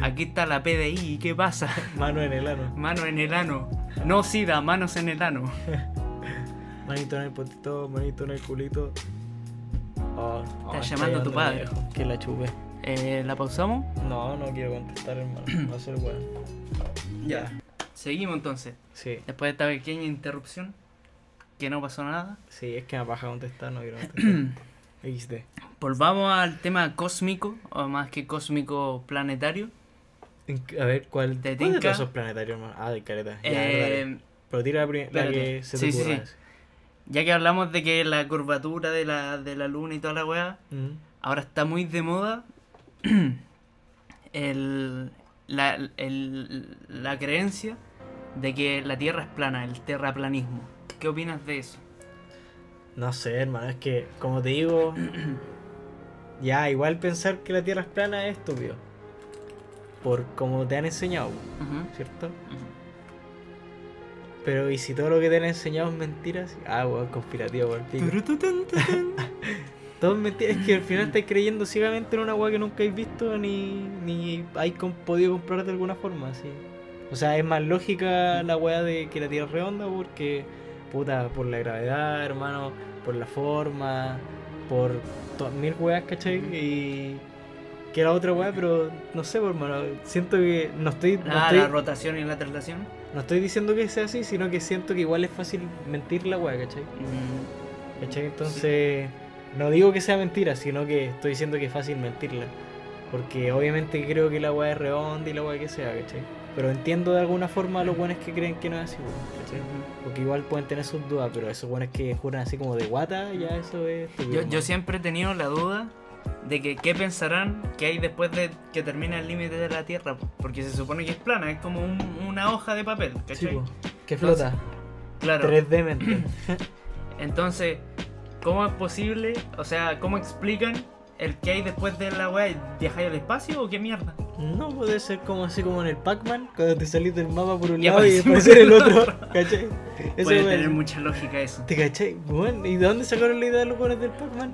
S3: aquí está la PDI, ¿qué pasa?
S2: Mano en el ano.
S3: Mano en el ano. No SIDA, manos en el ano.
S2: Manito en el potito, manito en el culito. Oh, oh,
S3: Estás
S2: está
S3: llamando a tu
S2: llamándome,
S3: padre.
S2: viejo, Que la chupé.
S3: Eh, ¿La pausamos?
S2: No, no quiero contestar, hermano. Va a ser weón.
S3: Seguimos entonces.
S2: Sí,
S3: Después de esta pequeña interrupción, que no pasó nada,
S2: sí, es que me paja contestar, no quiero contestar. XD.
S3: volvamos al tema cósmico, o más que cósmico planetario.
S2: En- A ver, ¿cuál
S3: ¿Te
S2: ¿cuál de
S3: tinca?
S2: todos esos planetarios, hermano? Ah, de careta. Ya,
S3: Eh,
S2: dale. Pero tira la, pri- la
S3: espérate.
S2: que se te
S3: Sí, sí,
S2: ocurra.
S3: sí. ya que hablamos de que la curvatura de la, de la luna y toda la weá,
S2: Mm.
S3: ahora está muy de moda el, la, el- la creencia de que la Tierra es plana, el terraplanismo. ¿Qué opinas de eso?
S2: No sé, hermano, es que, como te digo, ya, igual pensar que la Tierra es plana es estúpido. Por como te han enseñado, ¿cierto? Pero, ¿y si todo lo que te han enseñado es mentiras? Ah, weón, conspirativo, por pico.
S3: Turututun, tutun.
S2: Todo es mentira, es que al
S3: Mm.
S2: final estás creyendo ciegamente en una weá que nunca has visto ni, ni hay com- podido comprar de alguna forma, así. O sea, es más
S3: Mm.
S2: lógica la weá de que la Tierra es redonda porque, puta, por la gravedad, hermano, por la forma, por to- mil weas, ¿cachai?
S3: Mm.
S2: Y que la otra weá, pero no sé, pues, hermano, siento que no estoy, no,
S3: Ah, la
S2: estoy,
S3: rotación y la traslación.
S2: no estoy diciendo que sea así, sino que siento que igual es fácil mentir la weá, ¿cachai?
S3: Mm,
S2: ¿Cachai? Entonces, no digo que sea mentira, sino que estoy diciendo que es fácil mentirla. Porque obviamente creo que la weá es redonda y la weá que sea, ¿cachai? Pero entiendo de alguna forma a los buenos que creen que no es así, weón, ¿cachai? Porque igual pueden tener sus dudas, pero esos buenos que juran así como de guata, ya eso es.
S3: Yo,
S2: estúpido,
S3: yo
S2: man.
S3: siempre he tenido la duda de que qué pensarán que hay después de que termina el límite de la Tierra, po. porque se supone que es plana, es como un- una hoja de papel,
S2: Sí,
S3: ¿cachai?
S2: po. Que flota.
S3: claro.
S2: 3D mente.
S3: Entonces, ¿cómo es posible? O sea, ¿cómo explican el que hay después de la weá, viajáis al espacio o qué mierda.
S2: No puede ser como así como en el Pac-Man, cuando te salís del mapa por un
S3: Y
S2: lado y
S3: aparecimos
S2: aparecer el
S3: en
S2: otro.
S3: otro.
S2: ¿Cachai? Eso
S3: pues, Puede
S2: es-
S3: tener mucha lógica eso.
S2: ¿Te cachai? Bueno, ¿y de dónde sacaron la idea de los buenos del Pac-Man?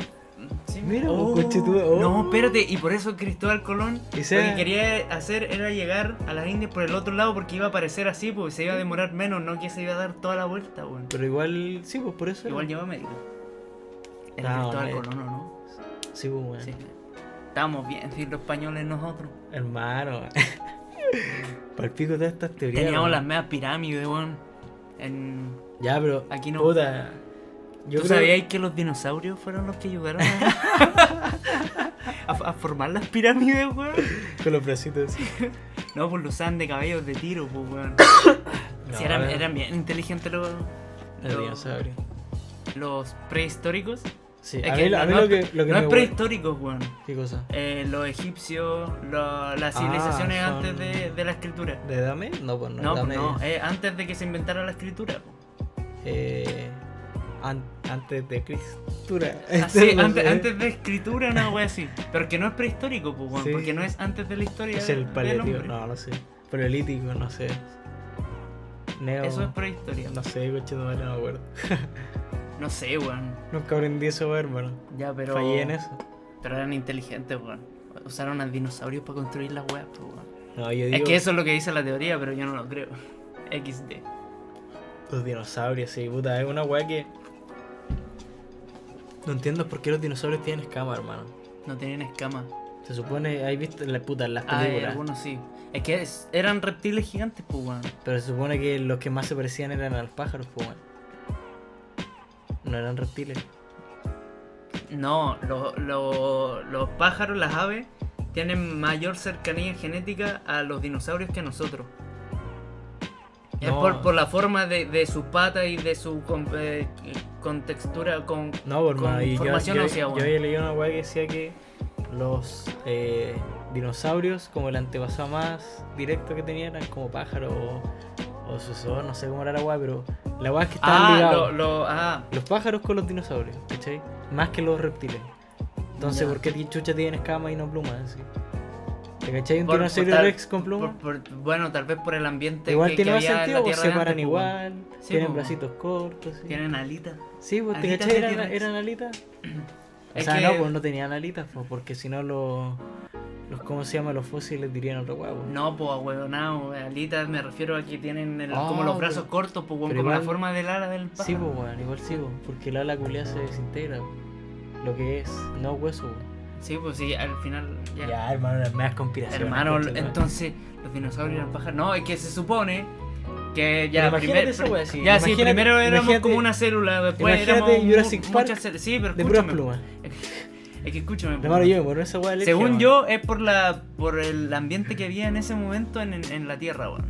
S3: Sí.
S2: Mira, pues, conchetuda, oh.
S3: No, espérate, y por eso Cristóbal Colón
S2: Y sea-
S3: lo que quería hacer era llegar a las Indias por el otro lado porque iba a aparecer así, pues se iba a demorar menos, no que se iba a dar toda la vuelta, weón.
S2: Pero igual, sí, pues por eso.
S3: Igual lleva médico. Era
S2: No,
S3: Cristóbal
S2: eh.
S3: Colón, ¿o no?
S2: Sí, pues bueno.
S3: Sí. Estamos bien, sí, los españoles nosotros.
S2: Hermano. Palpico todas estas teorías.
S3: Teníamos
S2: weón.
S3: las medias pirámides, weón. En...
S2: Ya, pero.
S3: Aquí no.
S2: Puta. Yo
S3: ¿Tú
S2: creo-
S3: sabías que los dinosaurios fueron los que ayudaron a, a- a formar las pirámides, weón?
S2: Con los bracitos. así.
S3: No, pues los usaban de cabellos de tiro, pues, weón.
S2: No,
S3: Sí, eran,
S2: weón.
S3: eran bien inteligentes los,
S2: El
S3: los-
S2: dinosaurio.
S3: los prehistóricos.
S2: Sí,
S3: Es
S2: a
S3: que
S2: mí, a
S3: no-
S2: mí
S3: no
S2: lo
S3: es pre-
S2: que, lo que
S3: no
S2: me
S3: es prehistóricos, weón.
S2: ¿Qué cosa?
S3: Eh, los egipcios, lo- las civilizaciones
S2: Ah, son-
S3: antes de, de la escritura.
S2: ¿De dame? No, pues no.
S3: No, pues
S2: dame,
S3: no, eh, antes de que se inventara la escritura. po.
S2: eh, an- antes de Cristo.
S3: Ah,
S2: Este
S3: sí, antes, antes de escritura, una wea así. Pero que no es prehistórico, pues, weón,
S2: Sí.
S3: porque no es antes de la historia.
S2: Es el
S3: del
S2: paleolítico,
S3: hombre.
S2: no, no sé. Paleolítico, no sé. Neo.
S3: Eso es prehistoria.
S2: No sé, coche, no me acuerdo.
S3: No sé, weón.
S2: Nunca aprendí eso, hermano.
S3: Ya, pero.
S2: Fallé en eso.
S3: Pero eran inteligentes, weón. Usaron a dinosaurios para construir las weas, pues, weón.
S2: No, yo digo
S3: Es que eso es lo que dice la teoría, pero yo no lo creo. XD.
S2: los dinosaurios, sí, puta, es una weá que. No entiendo por qué los dinosaurios tienen escama, hermano.
S3: No tienen escamas.
S2: Se supone, hay visto en la puta en las
S3: Ah, eh,
S2: películas.
S3: algunos sí. Es que es- eran reptiles gigantes, pues, weón.
S2: Pero se supone que los que más se parecían eran a los pájaros, pues weón. No eran reptiles.
S3: No, lo- lo- los pájaros, las aves, tienen mayor cercanía genética a los dinosaurios que a nosotros. Es
S2: No.
S3: por, por la forma de, de sus patas y de su con- eh, contextura con...
S2: No, por
S3: Con
S2: hermano, y yo,
S3: formación
S2: yo-
S3: ósea,
S2: yo
S3: weón.
S2: había leído una weá que decía que los eh, dinosaurios, como el antepasado más directo que tenían, eran como pájaros o, o susos, no sé cómo era la weá, pero la weá es que estaban
S3: Ah,
S2: ligados.
S3: lo, lo- ah,
S2: Los pájaros con los dinosaurios, ¿cachai? Más que los reptiles. Entonces,
S3: Ya.
S2: ¿por qué ti- chucha tienen escamas y no plumas? así? ¿Te cachai? ¿Un
S3: Por- por
S2: dinosaurio
S3: tal-
S2: rex con plumas?
S3: por- por- bueno, tal vez por el ambiente
S2: Igual
S3: que,
S2: tiene
S3: que
S2: más
S3: había en
S2: sentido,
S3: la
S2: pues
S3: Tierra
S2: se
S3: antes,
S2: paran
S3: pues,
S2: igual,
S3: Sí,
S2: tienen
S3: pues,
S2: bracitos cortos. Sí,
S3: Tienen alitas.
S2: sí pues te
S3: alitas
S2: cachai,
S3: de
S2: eran,
S3: T-Rex.
S2: eran alitas. O
S3: Es
S2: sea,
S3: que-
S2: no, pues no tenían alitas, pues, porque si no los, los. ¿Cómo se llama? Los fósiles dirían otro huevo.
S3: No, pues ahueonado, alitas me refiero a que tienen el-
S2: Ah,
S3: como los brazos
S2: pero-
S3: cortos, pues weón,
S2: pero
S3: como la
S2: igual-
S3: forma del ala del pájaro.
S2: Sí, pues, weón, igual sí, pues, porque el ala culia se desintegra. pues. Lo que es, no hueso, weón.
S3: Sí, pues sí, al final ya.
S2: hermano, las meas conspiraciones.
S3: Hermano,
S2: conchetumare.
S3: entonces los dinosaurios eran pájaros. No, es que se supone que
S2: Pero
S3: ya
S2: imagínate
S3: primer-
S2: esa wea, sí,
S3: ya sí,
S2: imagínate-
S3: primero éramos
S2: imagínate-
S3: como una célula, después
S2: imagínate
S3: éramos mu-
S2: Jurassic
S3: muchas
S2: Park
S3: cel- Sí, pero
S2: De puras
S3: escúchame.
S2: plumas.
S3: Es que escúchame. pues,
S2: Hermano,
S3: weón.
S2: yo me muero esa weá de alergia,
S3: Según
S2: weón.
S3: yo, es por la por el ambiente que había en ese momento en, en- en la Tierra, weón.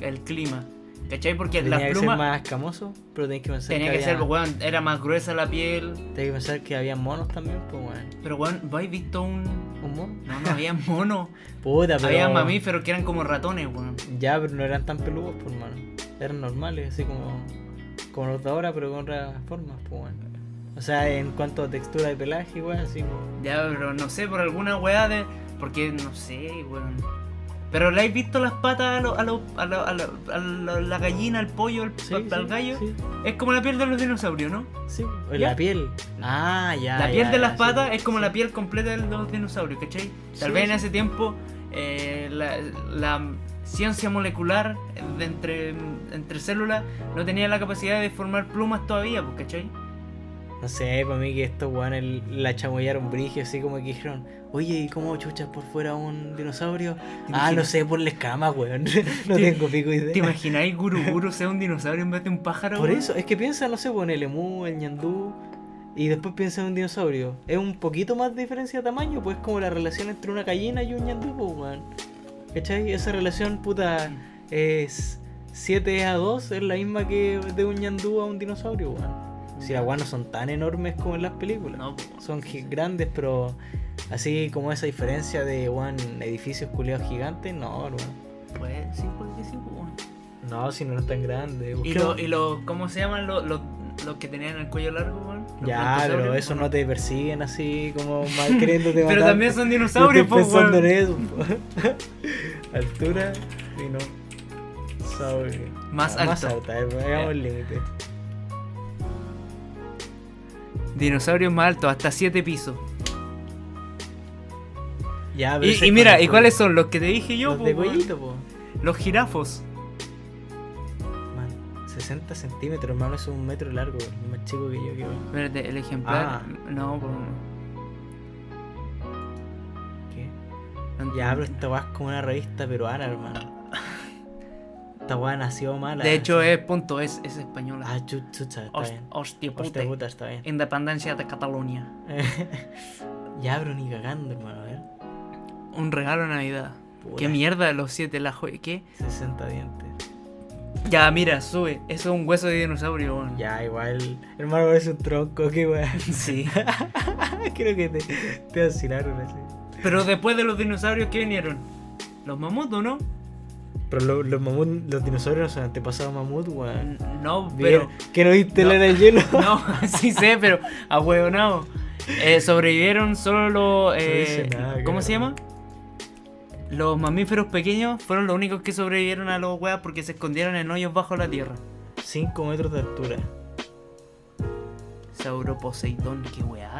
S3: El, el clima. ¿Cachai? Porque
S2: Tenía
S3: las
S2: que ser
S3: plumas
S2: más escamoso, pero tenés que pensar
S3: tenía
S2: que,
S3: que ser,
S2: había,
S3: weón, era más gruesa la piel.
S2: tenés que pensar que había monos también, pues weón.
S3: Pero, weón, ¿vos has visto un...?
S2: ¿Un mono?
S3: No, no, había mono.
S2: Puta, pero.
S3: había mamíferos que eran como ratones, weón.
S2: Ya, pero no eran tan peludos, pues hermano. Eran normales, así como. Como los de ahora, pero con otras formas, pues weón. O sea, en cuanto a textura de pelaje, weón, así como.
S3: Ya, pero no sé, por alguna weá de... Porque, no sé, weón. Pero le has visto las patas a, lo- a, lo- a, lo- a lo- a lo- la gallina, al pollo, al,
S2: Sí,
S3: al- al
S2: sí,
S3: gallo.
S2: Sí,
S3: Es como la piel de los dinosaurios, ¿no?
S2: sí. O
S3: Ya.
S2: La piel. Ah, ya.
S3: La piel
S2: ya,
S3: de
S2: ya,
S3: las
S2: sí,
S3: patas
S2: sí.
S3: es como la piel completa de los dinosaurios, ¿cachai? Tal
S2: Sí,
S3: vez en
S2: sí.
S3: ese tiempo eh, la, la ciencia molecular de entre, entre células no tenía la capacidad de formar plumas todavía, pues, ¿cachai?
S2: No sé, para mí que estos weones la chamullaron brigio, así como que dijeron, oye, ¿y cómo chuchas por fuera un dinosaurio? Ah, no
S3: imaginas?
S2: sé, por la escama, weón. no tengo pico idea.
S3: ¿Te imagináis Guru Guru sea un dinosaurio en vez de un pájaro?
S2: Por
S3: weón?
S2: eso, es que piensa, no sé, pues, en el emú, el ñandú, y después piensa en un dinosaurio. Es un poquito más de diferencia de tamaño, pues es como la relación entre una gallina y un ñandú, pues, weón. ¿Cachai? Esa relación, puta, es 7 a 2, es la misma que de un ñandú a un dinosaurio, weón. Si las weas no son tan enormes como en las películas.
S3: No, pues,
S2: Son gi- grandes, pero así como esa diferencia de, weón, edificios culeados gigantes, no, weón.
S3: pues, sí, pues, que sí, pues, weón.
S2: No, si no, no es tan grande.
S3: ¿Y,
S2: Busquemos-
S3: lo, y lo, cómo se llaman los, los, los que tenían el cuello largo, weón?
S2: Ya, pero eso no te persiguen así como mal queriéndote
S3: Pero
S2: matar,
S3: también
S2: po.
S3: son
S2: Yo estoy
S3: dinosaurios, po,
S2: pensando
S3: weón.
S2: en eso, po. Altura, dino. Saurio.
S3: Más
S2: Ah, Más
S3: alto.
S2: alta, eh, pongamos el límite.
S3: Dinosaurios más altos, hasta 7 pisos.
S2: Ya, pero ese
S3: Y, y
S2: es
S3: mira,
S2: cuando-
S3: ¿y cuáles son? Los que te dije yo,
S2: Los
S3: po,
S2: de
S3: weón.
S2: cuellito, po.
S3: Los jirafos.
S2: Man, 60 centímetros, hermano, eso es un metro largo, weón, más chico que yo, que weón.
S3: Espérate, el ejemplar.
S2: Ah.
S3: No, po.
S2: ¿Qué?
S3: no.
S2: Ya, pero esta weá es como una revista peruana, hermano. Esta weá nació mala.
S3: De hecho, es punto, es, es española.
S2: Ah, chu- chucha, está
S3: Host-
S2: bien. Hostia
S3: Hostiapute.
S2: puta, está bien.
S3: Independencia de Cataluña.
S2: ya, pero ni cagando, hermano, a ver.
S3: Un regalo de Navidad.
S2: Puta,
S3: ¿Qué mierda los siete la jue- ¿Qué?
S2: 60 dientes.
S3: Ya, mira, sube. Eso es un hueso de dinosaurio, weón.
S2: Ya, igual. Hermano, parece un tronco, qué weá. Ah,
S3: Sí.
S2: Creo que te, te vacilaron así.
S3: Pero después de los dinosaurios, ¿qué vinieron? Los mamutos, ¿no?
S2: Pero lo- los mamut, los dinosaurios no son antepasados mamut, weón.
S3: N- No,
S2: Pero,
S3: Mm, pero.
S2: ¿Que no viste
S3: no.
S2: la era del hielo?
S3: No, sí sé, pero a no. Eh, sobrevivieron solo los.
S2: dice
S3: eh,
S2: nada,
S3: ¿Cómo
S2: creo.
S3: se llama? Los mamíferos pequeños fueron los únicos que sobrevivieron a los weas porque se escondieron en hoyos bajo la tierra.
S2: 5 metros de altura.
S3: Sauro Poseidón, qué weá.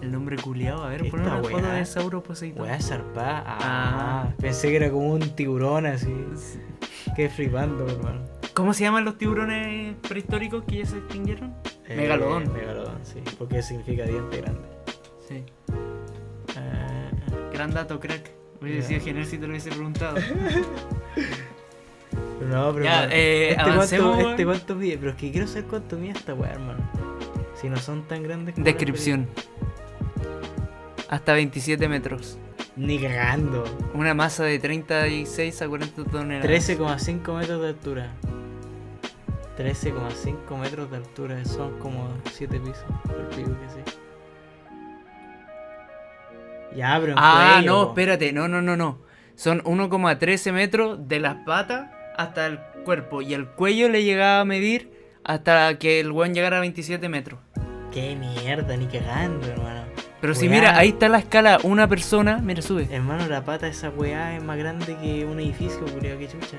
S3: El nombre culiado, a ver, pon
S2: Esta
S3: una foto
S2: weá.
S3: de Sauro Poseidón.
S2: Weá, zarpada. Ah,
S3: Ah.
S2: Pensé que era como un tiburón así. Qué flipando, hermano.
S3: ¿Cómo se llaman los tiburones prehistóricos que ya se extinguieron?
S2: Eh,
S3: Megalodón.
S2: megalodón, sí. Porque significa diente grande.
S3: Sí.
S2: Ah,
S3: Gran dato, crack. Hubiese
S2: Ya.
S3: sido genial si te lo hubiese preguntado.
S2: pero no, pero.
S3: Ya,
S2: hermano,
S3: eh,
S2: este,
S3: avancemos,
S2: cuánto,
S3: weón.
S2: este cuánto mide. Pero es que quiero saber cuánto mide esta weá, hermano. Si no son tan grandes como.
S3: Descripción. Hasta 27 metros.
S2: las películas. Ni cagando.
S3: Una masa de 36 a 40 toneladas.
S2: 13,5 metros de altura. 13,5 metros de altura, son como 7 pisos. el pico que sí. Ya, pero en
S3: Ah,
S2: cuello,
S3: no,
S2: po.
S3: espérate. No, no, no, no. Son 1,13 metros de las patas hasta el cuerpo. Y el cuello le llegaba a medir hasta que el weón llegara a 27 metros.
S2: Qué mierda, ni cagando, hermano.
S3: Pero
S2: Weá.
S3: si
S2: Eh,
S3: mira, ahí está la escala. Una persona, mira, sube.
S2: Hermano, la pata de esa weá es más grande que un edificio, culiao, que chucha.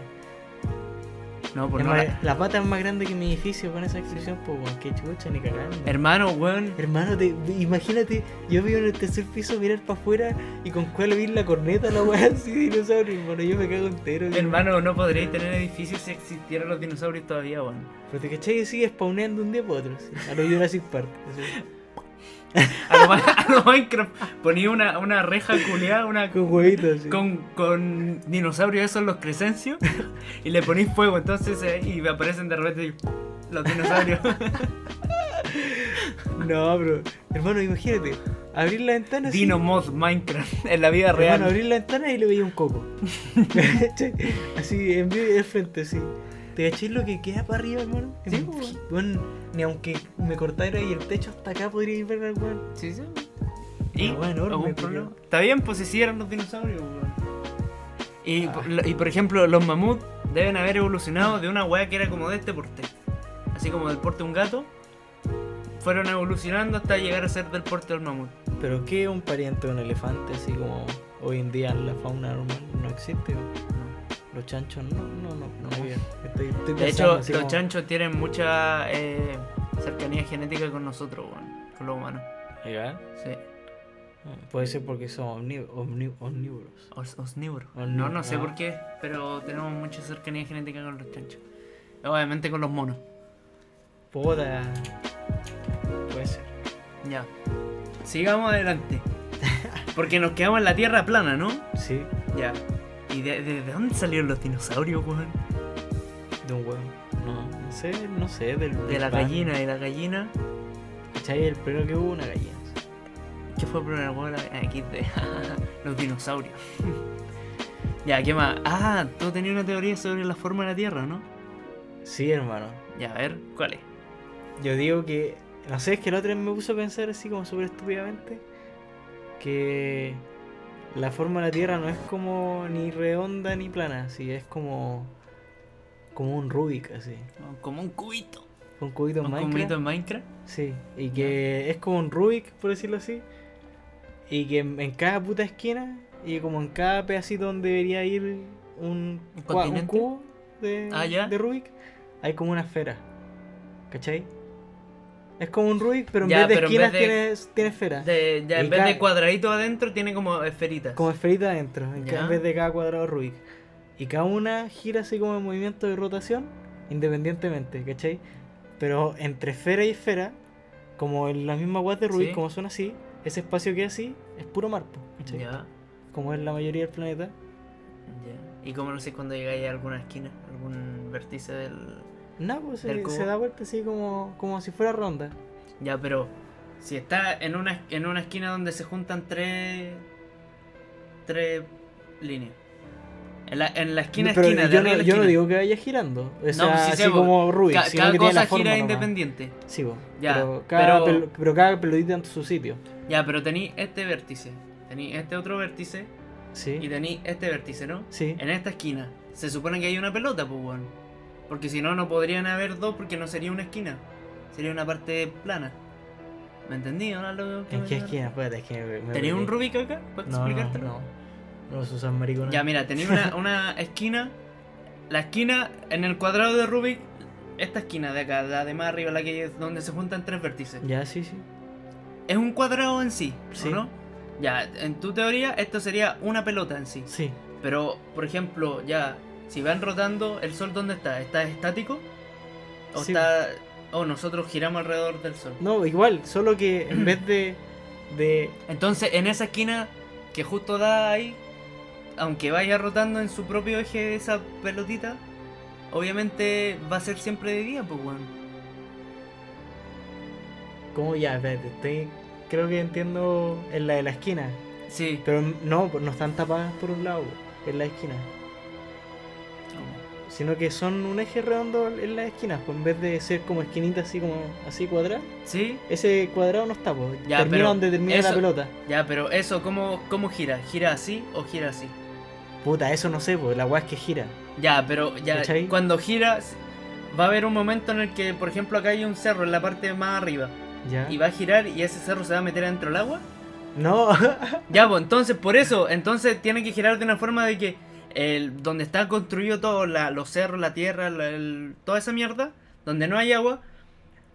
S3: No, por
S2: Es
S3: Pues
S2: más-
S3: no.
S2: eh,
S3: la-
S2: la... pata es más grande que mi edificio con esa descripción, pues, weón, que chucha, ni cagando.
S3: Hermano, weón.
S2: Hermano, te- te- imagínate, yo vivo en el tercer piso, mirar para afuera y con cuál vi la corneta, la weá así, dinosaurio, hermano, yo me cago entero. güey.
S3: Hermano, no podríais tener edificios si existieran los dinosaurios todavía, weón.
S2: Pero te cachai que sigue spawneando un día para otro, así, a lo Jurassic Park. así.
S3: A lo, Ma- a lo Minecraft ponía una, una reja culeada, una
S2: con huevitos, así.
S3: con, con dinosaurios esos los crescencios y le ponís fuego, entonces eh, y aparecen de repente y- los dinosaurios.
S2: No, bro. Hermano, imagínate, abrir la ventana así,
S3: Dino mod Minecraft en la vida real.
S2: hermano, abrir la ventana y le veía un coco. ¿Cachai? así, en vez de frente, así. ¿Te cachai lo que queda para arriba, hermano?
S3: Sí,
S2: Em-
S3: pues, weón.
S2: Bueno, ni aunque me cortara ahí el techo hasta acá podría ir ver al weón.
S3: Sí, sí. ¿Y
S2: Una wea enorme,
S3: algún
S2: culiao.
S3: problema? Está bien, pues si eran los dinosaurios, weón. Y,
S2: Ah.
S3: por- lo- y por ejemplo, los mamuts deben haber evolucionado de una weá que era como de este porte. Así como del porte de un gato. Fueron evolucionando hasta llegar a ser del porte del mamut.
S2: Pero qué un pariente de un elefante, así como hoy en día la fauna normal no existe. güey. Los chanchos no, no, no, no.
S3: No.
S2: bien. Estoy, estoy
S3: De
S2: pensando
S3: hecho,
S2: así
S3: los
S2: como-
S3: chanchos tienen mucha eh, cercanía genética con nosotros, weón, con los humanos.
S2: Ahí va.
S3: Sí.
S2: Puede ser porque son omni- omni- omnívoros.
S3: Os- Osnívoros. No,
S2: Omnívoros,
S3: no sé
S2: ah.
S3: por qué, pero tenemos mucha cercanía genética con los chanchos. Obviamente con los monos.
S2: Poda. Puede ser.
S3: Ya. Sigamos adelante. Porque nos quedamos en la tierra plana, ¿no?
S2: Sí,
S3: Ya. ¿Y de, de- de dónde salieron los dinosaurios, weón?
S2: de un huevo. No, no sé, no sé. Del,
S3: De
S2: del
S3: la
S2: pan.
S3: gallina, de la gallina.
S2: ¿Cachai? El primero que hubo una gallina.
S3: ¿Qué fue el primer huevo? Aquí de Ah, los dinosaurios. ya, ¿qué más? Ah, tú tenías una teoría sobre la forma de la tierra, ¿no?
S2: Sí, hermano.
S3: Ya, a ver, ¿cuál es?
S2: Yo digo que. No sé, es que el otro me puso a pensar así como súper estúpidamente. Que la forma de la Tierra no es como ni redonda ni plana, así es como. como un Rubik, así.
S3: Como un cubito.
S2: con cubitos
S3: un
S2: Minecraft.
S3: cubito en Minecraft.
S2: Sí, y que es como un Rubik, por decirlo así. Y que en en cada puta esquina y como en cada pedacito donde debería ir un, cua- un
S3: continente?
S2: cubo de,
S3: Ah, ya.
S2: de Rubik, hay como una esfera. ¿Cachai? Es como un Rubik, pero en
S3: Ya,
S2: vez de
S3: pero en vez
S2: esquinas
S3: de-
S2: tiene, tiene esferas.
S3: De- ya,
S2: Y
S3: en vez de
S2: cada-
S3: cuadradito adentro, tiene como esferitas.
S2: Como esferita adentro, en, ca-
S3: Ya.
S2: en vez de cada cuadrado Rubik. Y cada una gira así como en movimiento de rotación, independientemente, ¿cachai? Pero entre esfera y esfera, como en la misma guas de Rubik,
S3: Sí.
S2: como son así, ese espacio que es así es puro marpo, ¿cachai?
S3: Ya,
S2: Como es la mayoría del planeta.
S3: ya. ¿Y cómo lo sé cuando llegáis a alguna esquina? ¿Algún vértice del...?
S2: Nada, pues
S3: Del
S2: se,
S3: cubo.
S2: se da vuelta así como, como si fuera ronda.
S3: Ya, pero si está en una, en una esquina donde se juntan tres... Tres líneas. En la, en la esquina,
S2: Pero
S3: esquina, de
S2: yo, no,
S3: arriba a la
S2: yo no
S3: esquina.
S2: digo que vaya girando, o sea,
S3: pues sí
S2: así
S3: sé, pues,
S2: como Rubik,
S3: Ca-
S2: sino
S3: cada
S2: que tiene la
S3: cosa
S2: forma
S3: gira
S2: nomás.
S3: independiente.
S2: Sí, pues,
S3: Ya,
S2: pero, cada
S3: pero-
S2: pel- pero cada pelotita en su sitio.
S3: Ya, pero tenéis este vértice. Tenéis este otro vértice.
S2: Sí.
S3: Y tenéis este vértice, ¿no?
S2: Sí.
S3: En esta esquina. Se supone que hay una pelota, pues, weón. Porque si no, no podrían haber dos porque no sería una esquina. Sería una parte plana. ¿Me entendí? ¿No? Lo que
S2: ¿En
S3: me-
S2: qué esquina? Espérate, es que me- me
S3: ¿Tenéis un
S2: perdí.
S3: Rubik acá? ¿Puedo
S2: No, no,
S3: explicártelo?
S2: no. No, Susan Maricona.
S3: Ya, mira, tenéis una, una esquina. La esquina en el cuadrado de Rubik. Esta esquina de acá, la de más arriba, la que es donde se juntan tres vértices.
S2: Ya, sí, sí.
S3: Es un cuadrado en sí, ¿o
S2: Sí.
S3: ¿no? Ya, en tu teoría, esto sería una pelota en sí.
S2: Sí.
S3: Pero, por ejemplo, ya, si van rotando, ¿el sol dónde está? ¿Está estático? ¿O
S2: Sí.
S3: está.? O nosotros giramos alrededor del sol.
S2: No, igual, solo que en vez de. de
S3: Entonces, en esa esquina que justo da ahí, aunque vaya rotando en su propio eje esa pelotita, obviamente va a ser siempre de día, pues, bueno.
S2: ¿Cómo ya? Espérate, estoy- creo que entiendo en la de la esquina.
S3: Sí.
S2: Pero no, pues no están tapadas por un lado, pues, en la esquina. Sino que son un eje redondo en las esquinas. Pues en vez de ser como esquinita así como así cuadrada,
S3: ¿Sí?
S2: ese cuadrado no está, pues.
S3: Ya,
S2: termina
S3: pero
S2: donde termina la
S3: eso-
S2: pelota.
S3: Ya, pero eso, ¿cómo, ¿cómo gira? ¿Gira así o gira así?
S2: Puta, eso no sé, pues. La weá es que gira.
S3: Ya, pero ya
S2: ¿Cachai?
S3: cuando gira s- va a haber un momento en el que, por ejemplo, acá hay un cerro en la parte más arriba
S2: Ya.
S3: y va a girar y ese cerro se va a meter dentro del agua.
S2: No.
S3: Ya, pues entonces por eso, entonces tiene que girar de una forma de que el, donde está construido todo, la- los cerros, la tierra, la- el- toda esa mierda, donde no hay agua,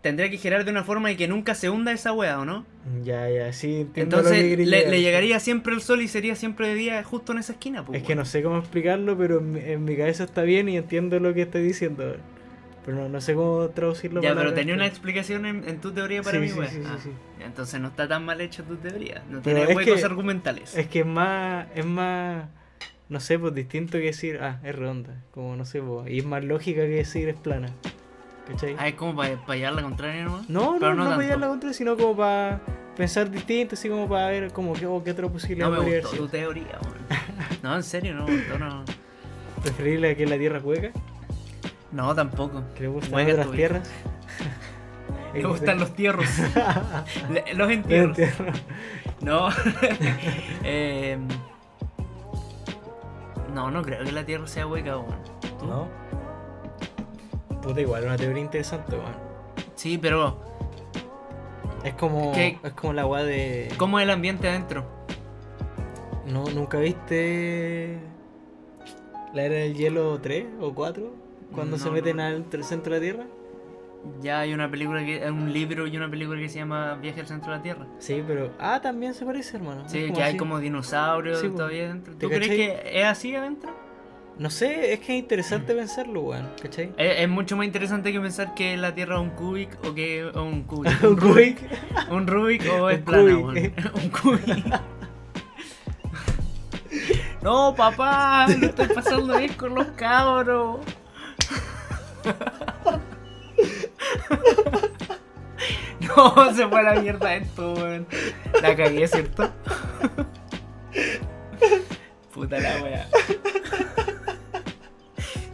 S3: tendría que girar de una forma de que nunca se hunda esa wea, ¿o no?
S2: ya, ya, sí, entiendo lo que
S3: Entonces
S2: queréis
S3: le,
S2: llegar.
S3: le llegaría siempre el sol y sería siempre de día justo en esa esquina. Pues,
S2: Es que
S3: weón.
S2: no sé cómo explicarlo, pero en mi, en mi cabeza está bien y entiendo lo que estoy diciendo. Pero no, no sé cómo traducirlo.
S3: Ya, pero tenía una
S2: palabras.
S3: explicación en, en tu teoría para
S2: Sí,
S3: mí,
S2: sí,
S3: güey.
S2: sí, sí,
S3: Ah,
S2: sí.
S3: Entonces no está tan mal hecha tu teoría. No
S2: Pero
S3: tiene
S2: es
S3: huecos
S2: que-
S3: argumentales.
S2: Es que es más, es más, no sé, pues distinto que decir, ah, es redonda, como no sé, pues, y es más lógica que decir es plana. ¿Cachai?
S3: Ah, es como para llevar la contraria nomás.
S2: no,
S3: pero
S2: no, no, para
S3: no tanto.
S2: ir a la contra, sino como para pensar distinto, así como para ver como qué, oh, qué otra posibilidad
S3: No me
S2: podría haber
S3: gustó
S2: sido.
S3: tu teoría, güey. No, en serio, no me gustó, no.
S2: Preferible a que la tierra hueca,
S3: No, tampoco.
S2: que le gustan
S3: Hueca
S2: otras
S3: tu hija.
S2: tierras.
S3: Me gustan los tierros. Le- Los
S2: Los
S3: entierros.
S2: tierras.
S3: No. Eh, no, no creo que la tierra sea hueca, güey. ¿Tú?
S2: ¿No? Puta, igual, una teoría interesante, weón.
S3: Sí, pero
S2: Es como,
S3: ¿Qué?
S2: es como la weá de.
S3: ¿cómo es el ambiente adentro?
S2: ¿No, ¿Nunca viste la era del hielo 3 o 4? Cuando se
S3: No,
S2: meten
S3: no.
S2: al tr- centro de la Tierra.
S3: Ya hay una película que hay un libro y una película que se llama Viaje al centro de la Tierra.
S2: Sí, pero. Ah, también se parece, hermano. Es
S3: Sí, que hay
S2: así.
S3: como dinosaurios
S2: Sí, po.
S3: todavía adentro.
S2: ¿Te
S3: ¿Tú crees
S2: cachai?
S3: que es así adentro?
S2: No sé, es que es interesante pensarlo, weón. ¿Cachai?
S3: Es, es mucho más interesante que pensar que la Tierra es un cubic o que o un cubic.
S2: Un
S3: Rubik.
S2: cubic.
S3: Un Rubik o es
S2: Un
S3: plana,
S2: cubic.
S3: weón. Un cubic. No, papá, lo estoy pasando bien con los cabros. No, se fue a la mierda esto, weón. La cagué, ¿cierto? Puta la wea.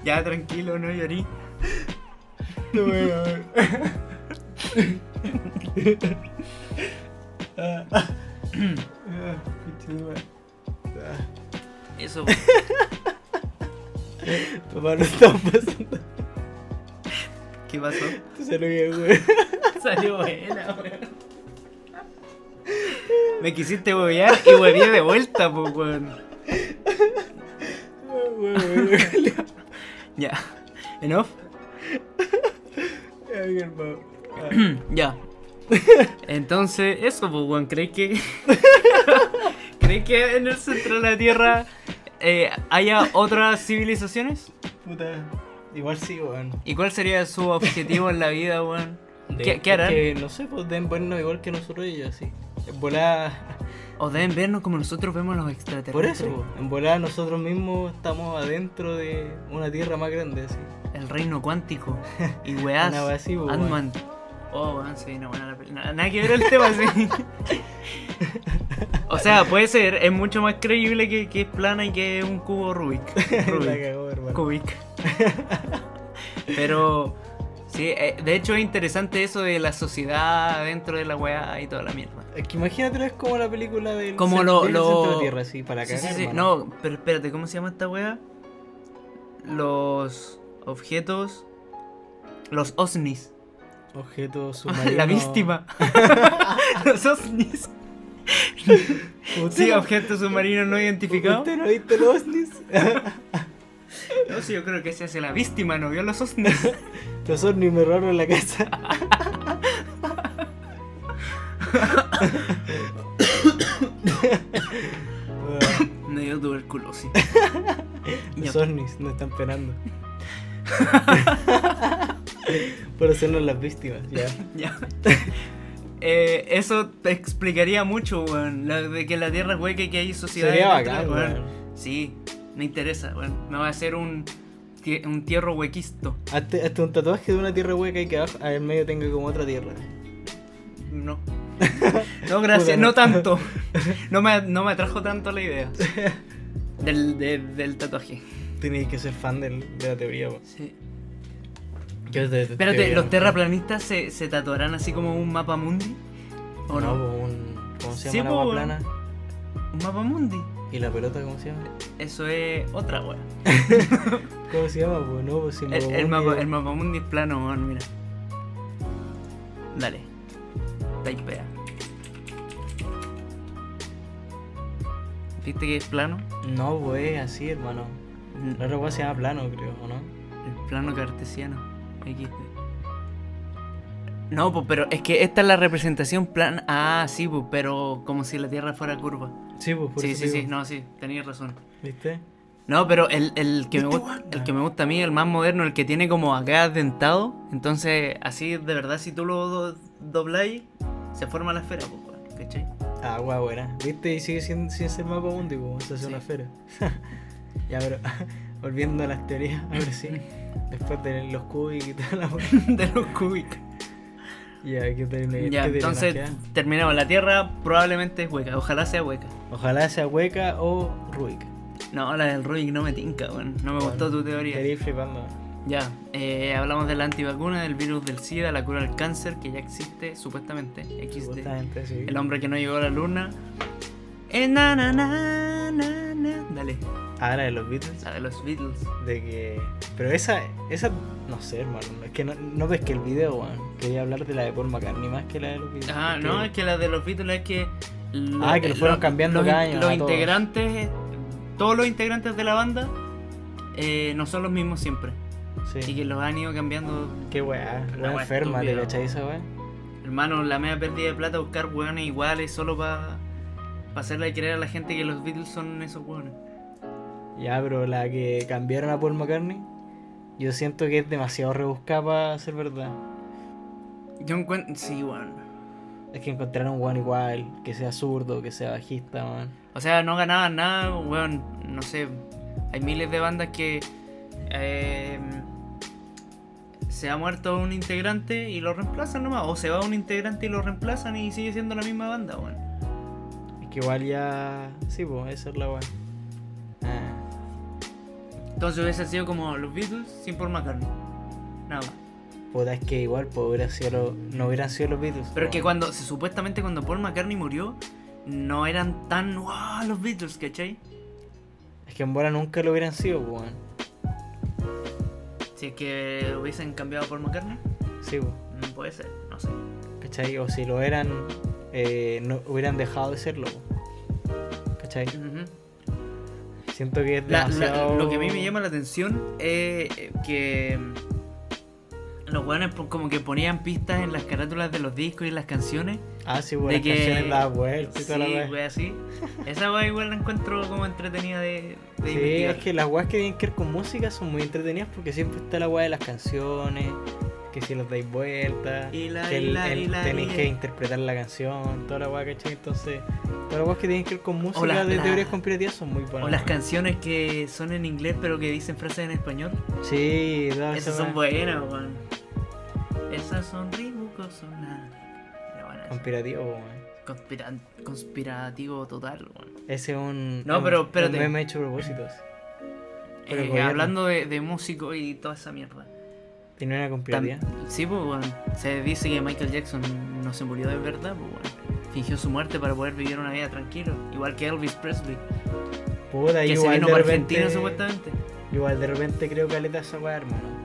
S3: Ya, tranquilo, no llorí.
S2: No, weón. Ah. Ah, conchetumare. Ah.
S3: Eso,
S2: Papá, no estamos pasando.
S3: ¿Qué pasó?
S2: Te salió bien, güey.
S3: Salió buena, weón. Me quisiste huevear y hueveé de vuelta, pues, weón.
S2: Güey, güey, güey.
S3: Ya. Enough.
S2: Ay, hermano. Ah,
S3: ya. Entonces, eso, pues, weón. ¿Crees que. ¿Crees que en el centro de la Tierra eh, haya otras civilizaciones?
S2: puta. Igual sí, weón.
S3: ¿Y cuál sería su objetivo en la vida, weón? ¿Qué,
S2: De-
S3: qué harán?
S2: Que, no sé, pues deben vernos igual que nosotros ellos, así. En volada.
S3: ¿O deben vernos como nosotros vemos los extraterrestres?
S2: Por eso, pues, en volada nosotros mismos estamos adentro de una tierra más grande, así.
S3: El reino cuántico. Y weás.
S2: Una wea así, pues, po,
S3: Ant-Man. Oh, weón, se viene buena la película. Nada, nada que ver el tema así. o sea, puede ser. Es mucho más creíble que, que es plana y que es un cubo Rubik.
S2: La
S3: Rubik.
S2: cagó, hermano.
S3: Kubik. Pero. Sí, eh, de hecho es interesante eso de la sociedad dentro de la weá y toda la mierda.
S2: Es que imagínatelo, es como la película del,
S3: Como
S2: cen-
S3: lo-
S2: del
S3: lo-
S2: centro de la tierra, así, para
S3: Sí,
S2: cagar,
S3: sí, sí.
S2: hermano.
S3: No, pero espérate, ¿cómo se llama esta wea? Los objetos. Los OSNIs.
S2: Objeto submarino.
S3: La víctima. los OSNIs. Sí, objetos submarinos no identificados.
S2: ¿Usted no viste los ovnis?
S3: No, sí, yo creo que se hace la víctima, no vio los OSNIs.
S2: los ovnis me robaron la casa. Weón,
S3: Me dio tuberculosis. Ya.
S2: los ovnis nos están penando. Por hacernos las víctimas, ya.
S3: Ya. Eh, eso te explicaría mucho, weón. la- de que la tierra es hueca y que hay sociedad.
S2: Sería
S3: dentro,
S2: bacán,
S3: weón.
S2: weón.
S3: Sí, me interesa, weón. Me va a hacer un, tie- un tierro huequisto.
S2: Hazte, hazte un tatuaje de una tierra hueca y que abajo, al medio tenga como otra tierra.
S3: No. No, gracias,
S2: Puta,
S3: no
S2: no.
S3: tanto. No me, no me atrajo tanto la idea del, de- del tatuaje.
S2: Tenéis que ser fan del- de la teoría, weón.
S3: Sí.
S2: Yo de- de
S3: Espérate,
S2: teoría,
S3: ¿los
S2: weón.
S3: terraplanistas se, se tatuarán así como un mapa mundi?
S2: no,
S3: ¿O no?
S2: po, un- ¿Cómo se
S3: Sí,
S2: llama
S3: po,
S2: la agua
S3: weón.
S2: plana?
S3: ¿Un mapa mundi?
S2: ¿Y la pelota cómo se llama?
S3: Eso es otra weá.
S2: ¿Cómo se llama? Pues no, pues si
S3: El,
S2: me
S3: el
S2: voy,
S3: mapa,
S2: yo-
S3: el mapa mundi es plano, weón, mira. Dale. Taipea. ¿Viste que es plano?
S2: No, pues es así, hermano. La otra weá se llama plano, creo, ¿o no?
S3: El plano cartesiano. XD. No, pues, pero es que esta es la representación plana. Ah, sí, pues, pero como si la Tierra fuera curva.
S2: Sí, pues por
S3: sí,
S2: eso
S3: sí, sí,
S2: digo.
S3: no, sí, tenías razón.
S2: ¿Viste?
S3: No, pero el, el que me
S2: ¿Viste,
S3: gusta,
S2: weón?
S3: el que me gusta a mí, el más moderno, el que tiene como acá dentado. Entonces, así de verdad, si tú lo do- dobláis, se forma la esfera, pues, weón, ¿cachai?
S2: Ah, guau, buena. ¿Viste? Y sigue sin, sin ser mapa mundi, pues esa es
S3: Sí.
S2: una esfera. ya, pero volviendo a las teorías, ahora sí. Después de los cubos y toda la weá.
S3: de los cúbicos.
S2: Ya, que tener
S3: Ya, entonces, terminamos. La Tierra probablemente es hueca, ojalá sea hueca.
S2: Ojalá sea hueca o Rubik.
S3: No, la del Rubik no me tinca, weón. No me gustó tu teoría.
S2: Quería ir flipando.
S3: Ya, eh, hablamos de la antivacuna, del virus del SIDA, la cura del cáncer, que ya existe supuestamente. XD.
S2: Justamente, sí.
S3: El hombre que no llegó a la luna. Eh, na, na, na, na, na. Dale,
S2: Ahora Ah, de los Beatles.
S3: la de los Beatles.
S2: De que. Pero esa. esa No sé, hermano. Es que no, no ves que el video, weón. Quería hablar de la de Paul McCartney más que la de los Beatles.
S3: Ah,
S2: porque-
S3: no, es que la de los Beatles es que. lo-
S2: Ah, que lo fueron cambiando
S3: los,
S2: cada
S3: in-
S2: año
S3: Los
S2: a todos.
S3: integrantes, todos los integrantes de la banda, eh, no son los mismos siempre. Y
S2: Sí.
S3: que los han ido cambiando.
S2: Qué weá.
S3: La
S2: Weá
S3: weá
S2: enferma, ¿te
S3: estúpida.
S2: cachai esa weá?
S3: Hermano, la media pérdida de plata buscar hueones iguales solo para hacerle creer a la gente que los Beatles son esos hueones.
S2: Ya, pero la que cambiaron a Paul McCartney. Yo siento que es demasiado rebuscada para ser verdad.
S3: Yo encuentro. Sí, weón.
S2: Es que encontraron un weón igual, que sea zurdo, que sea bajista, weón.
S3: O sea, no ganaban nada, weón. No sé. Hay miles de bandas que. eh, se ha muerto un integrante y lo reemplazan nomás. O se va un integrante y lo reemplazan y sigue siendo la misma banda, weón.
S2: Es que igual ya. Sí, pues, esa es la weá. Ah,
S3: Entonces hubiese sido como los Beatles sin Paul McCartney. Nada más.
S2: puta, es que igual, pues, hubiera sido lo- no hubieran sido los Beatles.
S3: Pero es que
S2: weón.
S3: cuando, se- supuestamente cuando Paul McCartney murió, no eran tan wow los Beatles, ¿cachai?
S2: Es que en bola nunca lo hubieran sido, pues, weón.
S3: Sí, Si es que lo hubiesen cambiado por McCartney,
S2: Sí, po.
S3: mm, puede ser, no sé.
S2: ¿cachai? O si lo eran, eh, no hubieran dejado de serlo. po. ¿Cachai?
S3: Ujú.
S2: Siento que es
S3: La- la-
S2: demasiado...
S3: lo que a mí me llama la atención es eh, que los weones po- como que ponían pistas en las carátulas de los discos y en las canciones.
S2: Ah, sí, po,
S3: de
S2: las
S3: que-
S2: canciones daban vueltas y
S3: Sí,
S2: toda la wea.
S3: wea, así. Esa wea igual la encuentro como entretenida de,
S2: Sí,
S3: de investigar.
S2: es que las weas que tienen que ver con música son muy entretenidas porque siempre está la wea de las canciones, que si las dais vueltas,
S3: Y la-
S2: que
S3: y
S2: el-
S3: la-
S2: el-
S3: y la-
S2: tenéis
S3: y-
S2: que interpretar la canción, toda la wea, ¿cachai? Entonces, todas las weas que tienen que ver con música
S3: la-
S2: de
S3: la-
S2: teorías conspirativas son muy buenas.
S3: O las
S2: ¿no?
S3: canciones que son en inglés pero que dicen frases en español.
S2: Sí, todas
S3: Esas
S2: esas
S3: son
S2: weas
S3: buenas, weón. Esas son ribucos son
S2: conspirativas, weón.
S3: Conspirativo total, weón.
S2: Ese es un,
S3: No,
S2: un-
S3: pero espérate.
S2: un meme hecho a propósito. así. Pero
S3: Eh,
S2: gobierno.
S3: hablando de, de músico y toda esa mierda.
S2: Tiene una conspirativa.
S3: Tam- sí, pues, weón. Se dice que Michael Jackson no se murió de verdad, pues, weón. Fingió su muerte para poder vivir una vida tranquila. Igual que Elvis Presley,
S2: Puta,
S3: que se
S2: igual
S3: vino
S2: de
S3: para
S2: repente,
S3: Argentina supuestamente.
S2: Igual de repente creo que aleta esa wea, hermano.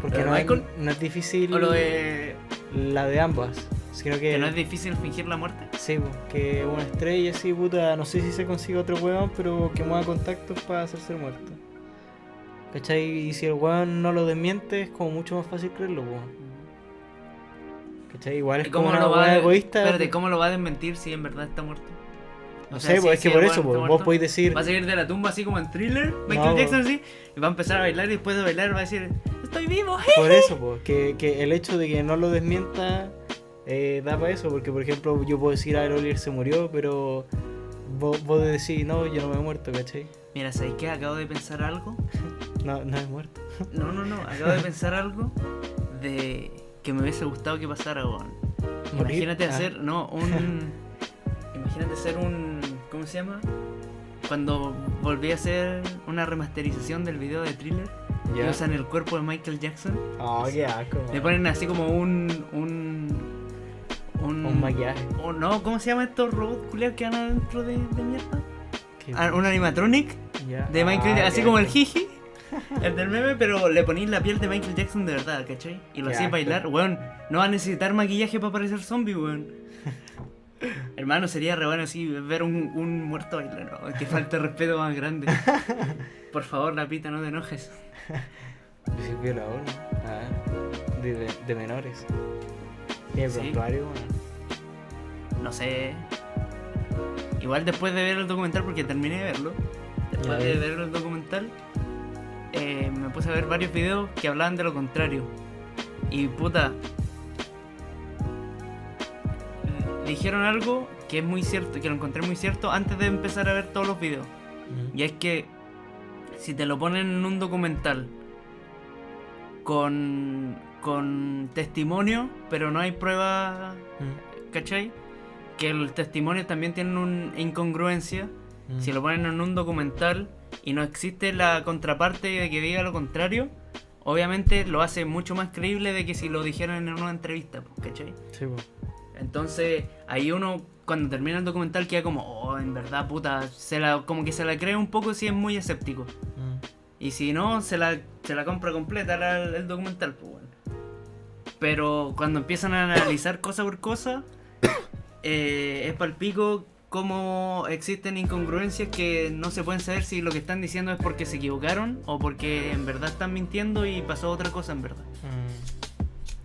S2: Porque
S3: Pero
S2: no, es-
S3: Michael-
S2: no es difícil.
S3: O lo de
S2: La de ambas. Sino que.
S3: que no es difícil fingir la muerte.
S2: Sí, po, que una estrella así, puta, no sé si se consigue otro weón, pero que mueva contactos para hacerse el muerto. ¿Cachai? Y si el weón no lo desmiente, es como mucho más fácil creerlo, weón. ¿Cachai? Igual es
S3: ¿Y
S2: como
S3: cómo
S2: una
S3: lo va
S2: weá
S3: a
S2: egoísta.
S3: espérate, ¿cómo lo va a desmentir si en verdad está muerto?
S2: No
S3: O
S2: sé,
S3: sea,
S2: pues
S3: si-
S2: es que
S3: si el
S2: por
S3: weón
S2: eso,
S3: está
S2: po, vos
S3: muerto,
S2: podéis decir.
S3: Va a salir de la tumba así como en thriller, Michael
S2: No, pues.
S3: Jackson
S2: po.
S3: así, y va a empezar a bailar y después de bailar va a decir, estoy vivo.
S2: Por eso, pues, que, que el hecho de que no lo desmienta eh, da para eso, porque por ejemplo yo puedo decir, ah, el Oliver se murió, pero vos, vos decís, no, yo no me he muerto, ¿cachai?
S3: Mira, ¿sabes qué? Acabo de pensar algo.
S2: No, no he muerto.
S3: No, no, no, acabo de pensar algo de que me hubiese gustado que pasara, weón.
S2: Morir,
S3: Imagínate
S2: ah.
S3: hacer, no, un... imagínate hacer un... ¿Cómo se llama? Cuando volví a hacer una remasterización del video de thriller, que usan el cuerpo de Michael Jackson.
S2: Oh, qué asco.
S3: Le
S2: man.
S3: ponen así como un. un. un.
S2: Un maquillaje.
S3: o no, ¿cómo se llaman estos robots culiados que van adentro de, de mierda?
S2: Qué-
S3: Ah, un animatronic
S2: ya.
S3: de Michael
S2: Ah,
S3: Jackson, así
S2: qué
S3: como el
S2: asco.
S3: jiji, el del meme, pero le ponéis la piel de Michael Jackson de verdad, ¿cachai? Y lo
S2: Qué
S3: hacéis
S2: asco.
S3: bailar, weón. No va a necesitar maquillaje para parecer zombie, weón. Hermano, sería re bueno así ver un, un muerto bailar. ¿no? Qué falta de respeto más grande. Por favor, Lapita, no te enojes.
S2: Pues es violador, ¿no? Ah, de, de, de menores. Y el
S3: Sí.
S2: prontuario, bueno.
S3: no sé. Igual después de ver el documental, porque terminé de verlo, después
S2: Ya,
S3: de
S2: ya.
S3: ver el documental, eh, me puse a ver varios videos que hablaban de lo contrario. Y puta. eh, Dijeron algo que es muy cierto, que lo encontré muy cierto antes de empezar a ver todos los videos. Y es que si te lo ponen en un documental con, con testimonio, pero no hay prueba
S2: Mm,
S3: ¿cachai? Que el testimonio también tiene una incongruencia.
S2: mm.
S3: Si lo ponen en un documental y no existe la contraparte de que diga lo contrario, obviamente lo hace mucho más creíble de que si lo dijeran en una entrevista, pues, ¿cachai?
S2: Sí, po.
S3: Entonces, ahí uno, cuando termina el documental, queda como, oh, en verdad, puta, se la, como que se la cree un poco si es muy escéptico.
S2: Mm.
S3: Y si no, se la, se la compra completa la- el documental, pues bueno. Pero cuando empiezan a analizar cosa por cosa, eh, es palpico cómo existen incongruencias que no se pueden saber si lo que están diciendo es porque se equivocaron o porque en verdad están mintiendo y pasó otra cosa en verdad.
S2: Mm.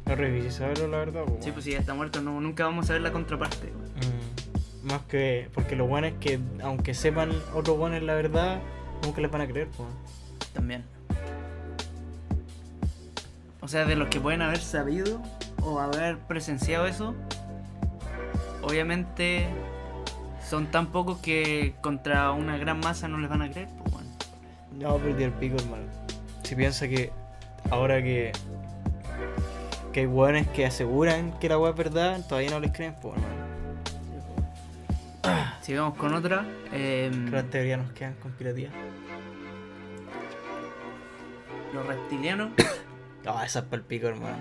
S2: No revisé saberlo, la verdad, po,
S3: Sí,
S2: bueno.
S3: pues si ya está muerto, no, nunca vamos a ver la contraparte. weón.
S2: Mm, Más que. Porque los guanes que, aunque sepan otros guanes la verdad, nunca les van a creer, po.
S3: También. O sea, de los que pueden haber sabido o haber presenciado eso, obviamente son tan pocos que contra una gran masa no les van a creer. Pues bueno.
S2: No, perdí el pico, hermano. Si piensa que ahora que. que hay guanes que aseguran que la weá es verdad, todavía no les creen, po, hermano.
S3: Sigamos con otra. em,
S2: Que las teorías nos quedan conspirativas.
S3: los reptilianos
S2: No, Ah, esas para el pico, hermano.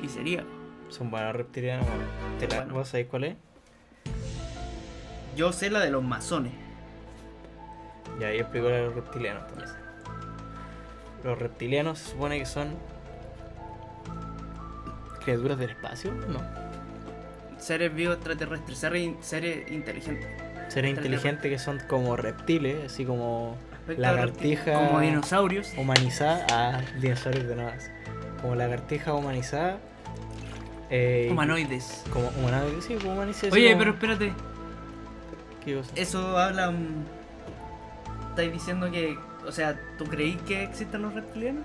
S3: y sería.
S2: Son buenos reptilianos, weón. ¿Te la-
S3: Bueno.
S2: ¿Vos sabés cuál es?
S3: Yo sé la de los masones.
S2: Ya ahí explico la de los reptilianos, entonces. Los reptilianos se supone que son criaturas del espacio, ¿no?
S3: Seres vivos extraterrestres, seres, in- seres inteligentes.
S2: Seres inteligentes que son como reptiles, así como
S3: Aspecto
S2: Lagartija.
S3: reptil- Como dinosaurios.
S2: humanizada. Ah, dinosaurios de nuevas. Como lagartija humanizada. eh,
S3: Humanoides.
S2: Como humanoide, sí, como humanice, así
S3: Oye,
S2: como-
S3: pero espérate.
S2: ¿qué cosa?
S3: Eso habla. mm, Estáis diciendo que. O sea, ¿tú creís que existen los reptilianos?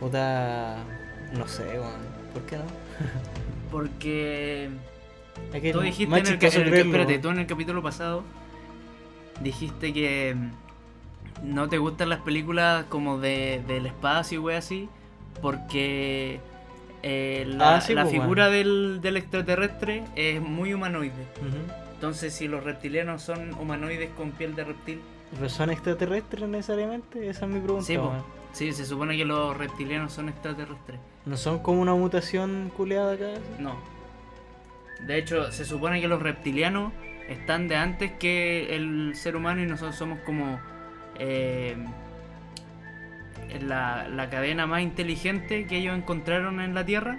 S2: Puta. No sé, weón. ¿Por qué no?
S3: Porque.
S2: Es que
S3: tú
S2: es
S3: dijiste
S2: más
S3: en el, ca-
S2: chistoso
S3: en el-
S2: creerlo,
S3: espérate,
S2: weón.
S3: tú en el capítulo pasado dijiste que mm, no te gustan las películas como de, del espacio y wey así porque eh, la,
S2: Ah, sí,
S3: la
S2: pues,
S3: figura del, del extraterrestre es muy humanoide.
S2: Ujú.
S3: Entonces si los reptilianos son humanoides con piel de reptil,
S2: ¿Pero son extraterrestres necesariamente? Esa es mi pregunta.
S3: Sí, po.
S2: weón.
S3: sí, se supone que los reptilianos son extraterrestres.
S2: ¿No son como una mutación culeada acá?
S3: No. De hecho, se supone que los reptilianos están de antes que el ser humano y nosotros somos como eh, la, la cadena más inteligente que ellos encontraron en la Tierra.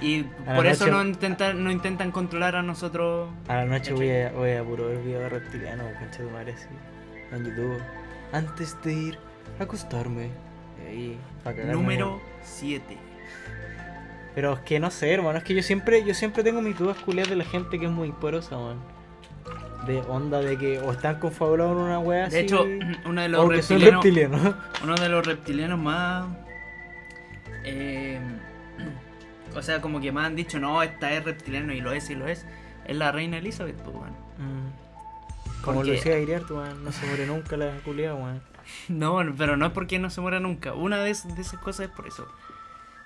S3: Y
S2: la
S3: por eso
S2: noche-
S3: no, intentan, no intentan controlar a nosotros.
S2: A la noche voy a, voy a puro ver videos reptilianos, concha de madre, así. En YouTube. Antes de ir a acostarme. Y Ahí, pa' cagarme,
S3: Número
S2: weón.
S3: 7.
S2: Pero es que no sé, hermano. Es que yo siempre, yo siempre tengo mis dudas culeadas de la gente que es muy porosa, weón. De onda de que o están confabulados en una wea así.
S3: De hecho, uno de los
S2: o que son
S3: reptilianos,
S2: reptilianos.
S3: uno de los reptilianos más. eh, o sea, como que más han dicho, no, esta es reptiliano y lo es y lo es. Es la reina Elizabeth, pues, weón.
S2: Mm. Como
S3: Porque-
S2: lo decía Iriarte, weón. No se muere nunca la culeada, weón.
S3: No, pero no es porque no se muera nunca. Una de, es- de esas cosas es por eso.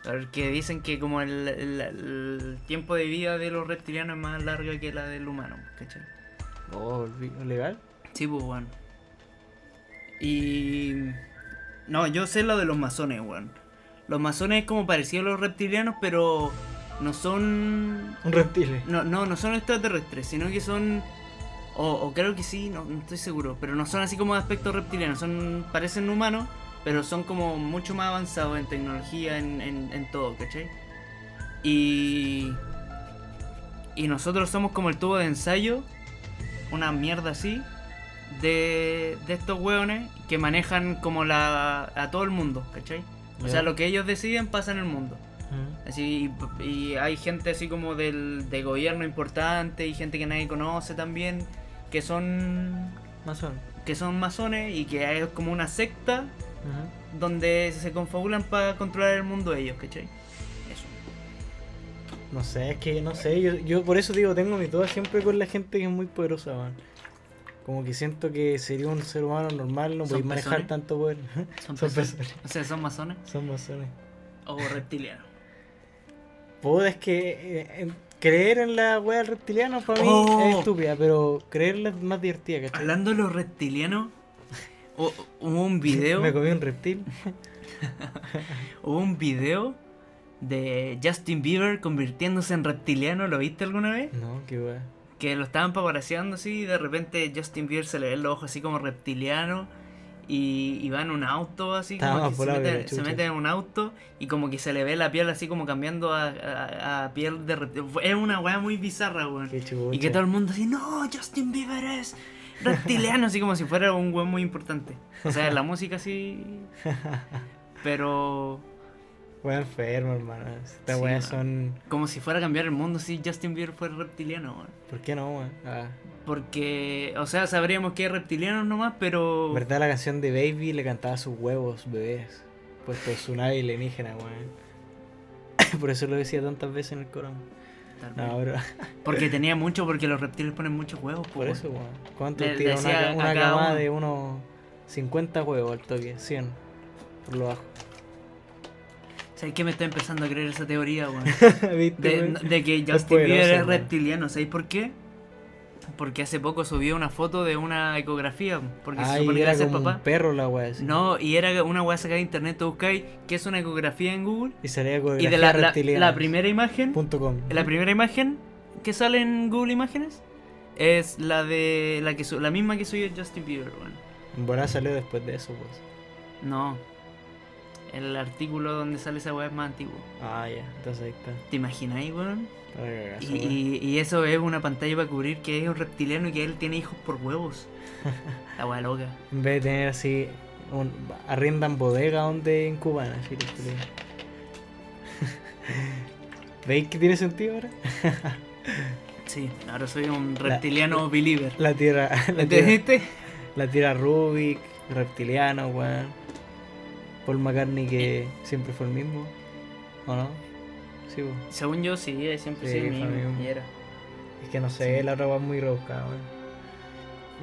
S3: Porque dicen que como el, el- el tiempo de vida de los reptilianos es más larga que la del humano, ¿cachai?
S2: Oh, olvi- legal.
S3: Sí, pues, weón. Y... No, yo sé lo de los masones, weón. Los masones es como parecido a los reptilianos, pero no son
S2: Un reptil.
S3: No, no, no son extraterrestres, sino que son. O, o creo que sí, no, no estoy seguro. Pero no son así como de aspecto reptiliano. Son, parecen humanos, pero son como mucho más avanzados en tecnología, en, en- en todo, ¿cachai? Y. Y nosotros somos como el tubo de ensayo, una mierda así, de, de estos hueones que manejan como la, a todo el mundo, ¿cachai? O
S2: Ya.
S3: sea, lo que ellos deciden pasa en el mundo.
S2: Mm.
S3: Así, y, y hay gente así como del, de gobierno importante y gente que nadie conoce también, que son
S2: Masón.
S3: que son masones y que es como una secta donde se confabulan para controlar el mundo ellos, ¿cachai? Eso.
S2: No sé, es que no sé. Yo, yo por eso digo, tengo mis dudas siempre con la gente que es muy poderosa, weón. Como que siento que sería un ser humano normal, no
S3: ¿Son
S2: podéis manejar
S3: pezones?
S2: tanto poder.
S3: Son,
S2: Son
S3: personas.
S2: personas.
S3: O sea, son masones
S2: Son masones.
S3: o reptilianos.
S2: Puta, es que eh, en- creer en la wea reptiliana para mí
S3: Oh.
S2: es estúpida, pero creerla es más divertida, ¿cachai?
S3: Hablando de los reptilianos, hu- hubo un video,
S2: Me comí un reptil.
S3: hubo un video de Justin Bieber convirtiéndose en reptiliano, ¿lo viste alguna vez?
S2: No, qué wea.
S3: que lo estaban paparaseando así y de repente Justin Bieber se le ven los ojos así como reptiliano y, y va en un auto así
S2: Estaba
S3: como
S2: más
S3: que se
S2: volado que
S3: mete,
S2: la
S3: se
S2: chucha.
S3: mete en un auto y como que se le ve la piel así como cambiando a, a- a piel de reptiliano. Es una weá muy bizarra, weón.
S2: Qué chucha.
S3: Y que todo el mundo así, no, Justin Bieber es reptiliano, así como si fuera un weón muy importante. O sea, la música sí, pero
S2: Wea enfermo, hermano. Estas
S3: Sí,
S2: weas
S3: man.
S2: son.
S3: como si fuera a cambiar el mundo si Justin Bieber fuera reptiliano, weón.
S2: ¿Por qué no, weón? Ah.
S3: Porque, o sea, sabríamos que es reptilianos nomás, pero.
S2: verdad la canción de Baby le cantaba sus huevos, bebés. pues, Puesto tsunami alienígena, weón. Por eso lo decía tantas veces en el coro.
S3: Tal vez.
S2: No, bro.
S3: Porque tenía mucho, porque los reptiles ponen muchos huevos. po,
S2: Por
S3: weón.
S2: eso, weón. ¿Cuánto
S3: Le-
S2: tira una,
S3: decía
S2: ca-
S3: a
S2: una
S3: cada
S2: camada
S3: uno.
S2: de unos 50 huevos al toque? 100. Por lo bajo.
S3: ¿Sabes qué me está empezando a creer esa teoría, weón?
S2: ¿Viste,
S3: De,
S2: weón?
S3: de que
S2: Es
S3: Justin Bieber
S2: poderoso,
S3: es
S2: weón.
S3: reptiliano. ¿Sabéis por qué? Porque hace poco subió una foto de una ecografía. Porque se
S2: Ay,
S3: supone que la
S2: era
S3: hace el
S2: como
S3: papá.
S2: un perro la wea. así.
S3: No, y era una weá sacada de internet, tú buscáis que es una ecografía en Google.
S2: Y salía con
S3: Y de la, la- la primera imagen.
S2: Punto com.
S3: La primera imagen que sale en Google Imágenes es la de la que su- la misma que subió Justin Bieber, weón.
S2: En volada salió después de eso, pues.
S3: No. El artículo donde sale esa weá es más antiguo.
S2: Ah, ya, entonces ahí está.
S3: ¿Te imagináis, weón?
S2: Para cagarse,
S3: Y, y- y eso es una pantalla para cubrir que es un reptiliano y que él tiene hijos por huevos. La weá loca.
S2: En vez de tener así, un, arriendan bodega donde en Cubana. Así que se le- ¿Veis que tiene sentido ahora?
S3: Sí, ahora soy un reptiliano believer.
S2: La tierra, la tierra,
S3: ¿Entendiste?
S2: la tierra Rubik, reptiliano, weón. Paul McCartney que siempre fue el mismo. ¿O no? Sí, po.
S3: Según yo, sí, eh, siempre
S2: Sí,
S3: sí, el
S2: fue
S3: mismo,
S2: mismo.
S3: y era.
S2: Es que no sé,
S3: Sí.
S2: la otra weón es muy rebuscada, weón.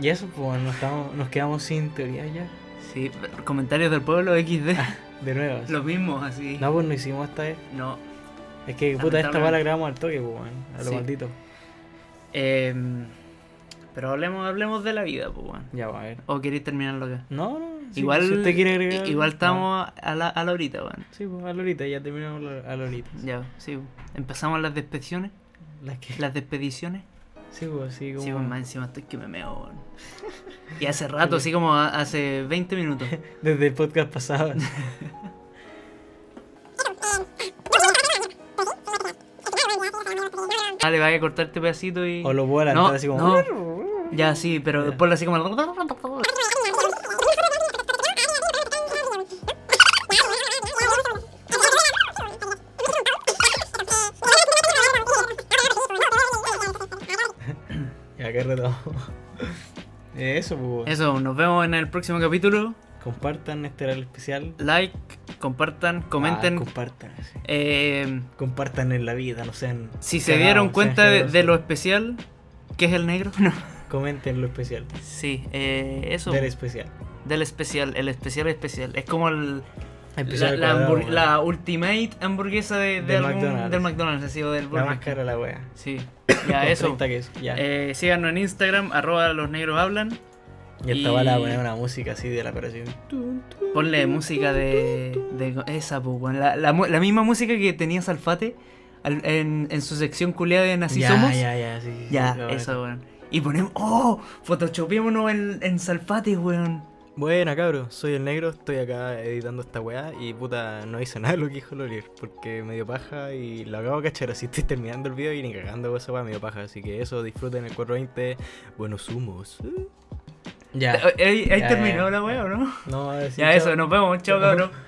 S2: Y eso, pues, weón, nos, estamos- nos quedamos sin teoría ya.
S3: Sí, comentarios del pueblo XD.
S2: De nuevo. así.
S3: Los mismos, así.
S2: No, pues no hicimos esta vez.
S3: No.
S2: Es que puta, esta weá la
S3: Lamentablemente.
S2: grabamos al toque, pues, weón. A lo
S3: Sí.
S2: maldito.
S3: Em, pero hablemos, hablemos de la vida, pues, weón.
S2: Ya, va a ver.
S3: ¿O queréis terminarlo acá?
S2: No, no. sí, pues,
S3: igual,
S2: si usted quiere agregar-
S3: i- igual
S2: Ah,
S3: estamos a la, a la horita, weón.
S2: sí, pues a Lolita, ya terminamos la- a Lolita.
S3: Ya, sí. weón. Empezamos las despediciones.
S2: Las que.
S3: Las despediciones.
S2: Sí, pues así como.
S3: Sí, weón, más encima estoy que me meo, weón. Y hace rato, así como a- hace 20 minutos.
S2: Desde el podcast pasado.
S3: Dale, vaya a cortarte pedacito y.
S2: o lo vuelan,
S3: No,
S2: está así como.
S3: no. Ya, sí, pero
S2: Ya.
S3: ponle así como.
S2: Ya, qué reto. Eso, pues. weón.
S3: Eso, nos vemos en el próximo capítulo.
S2: Compartan, este era el especial.
S3: Like, compartan,
S2: Ah,
S3: comenten.
S2: compartan, sí.
S3: Eh,
S2: Compartan en la vida, no sean.
S3: si se
S2: cagados,
S3: dieron
S2: sean
S3: cuenta de, de lo
S2: generosos.
S3: especial que es el negro, no.
S2: Comenten lo especial.
S3: Sí, eh, eso.
S2: Del especial.
S3: Del especial, el especial especial. Es como el, la,
S2: Especial
S3: la
S2: cuadrado,
S3: hambur-
S2: weón.
S3: la ultimate hamburguesa de, de
S2: Del
S3: algún-
S2: McDonald's.
S3: del McDonald's, así o del
S2: La
S3: Burger
S2: más
S3: King.
S2: cara la wea.
S3: Sí,
S2: Con
S3: ya eso.
S2: 30 quesos, Ya.
S3: Eh, síganos en Instagram, arroba los negros hablan.
S2: y esta va la
S3: y-
S2: poner una música así de la operación.
S3: Ponle música de, de esa, pues, weón. la, la mu- la misma música que tenía Salfate al- en, en su sección culiada de Así
S2: ya,
S3: Somos. Ya,
S2: Ya, ya, sí. sí, sí, lo-
S3: eso, weón. Y ponemos, oh, photoshopeémonos en, en Salfate, weón.
S2: Buena, cabro. Soy el negro, estoy acá editando esta weá y puta, no hice nada de lo que dijo Lolier porque me dio paja y lo acabo de cachar. Así estoy terminando el video y ni cagando con esa weá me dio paja. Así que eso, disfruten el 420. Buenos humos. Ya.
S3: Eh, eh, Ahí
S2: Ya,
S3: terminó
S2: ya,
S3: la
S2: ya.
S3: weón, ¿no?
S2: No,
S3: Ya, eso, nos vemos, chao,
S2: Chao.
S3: cabrón.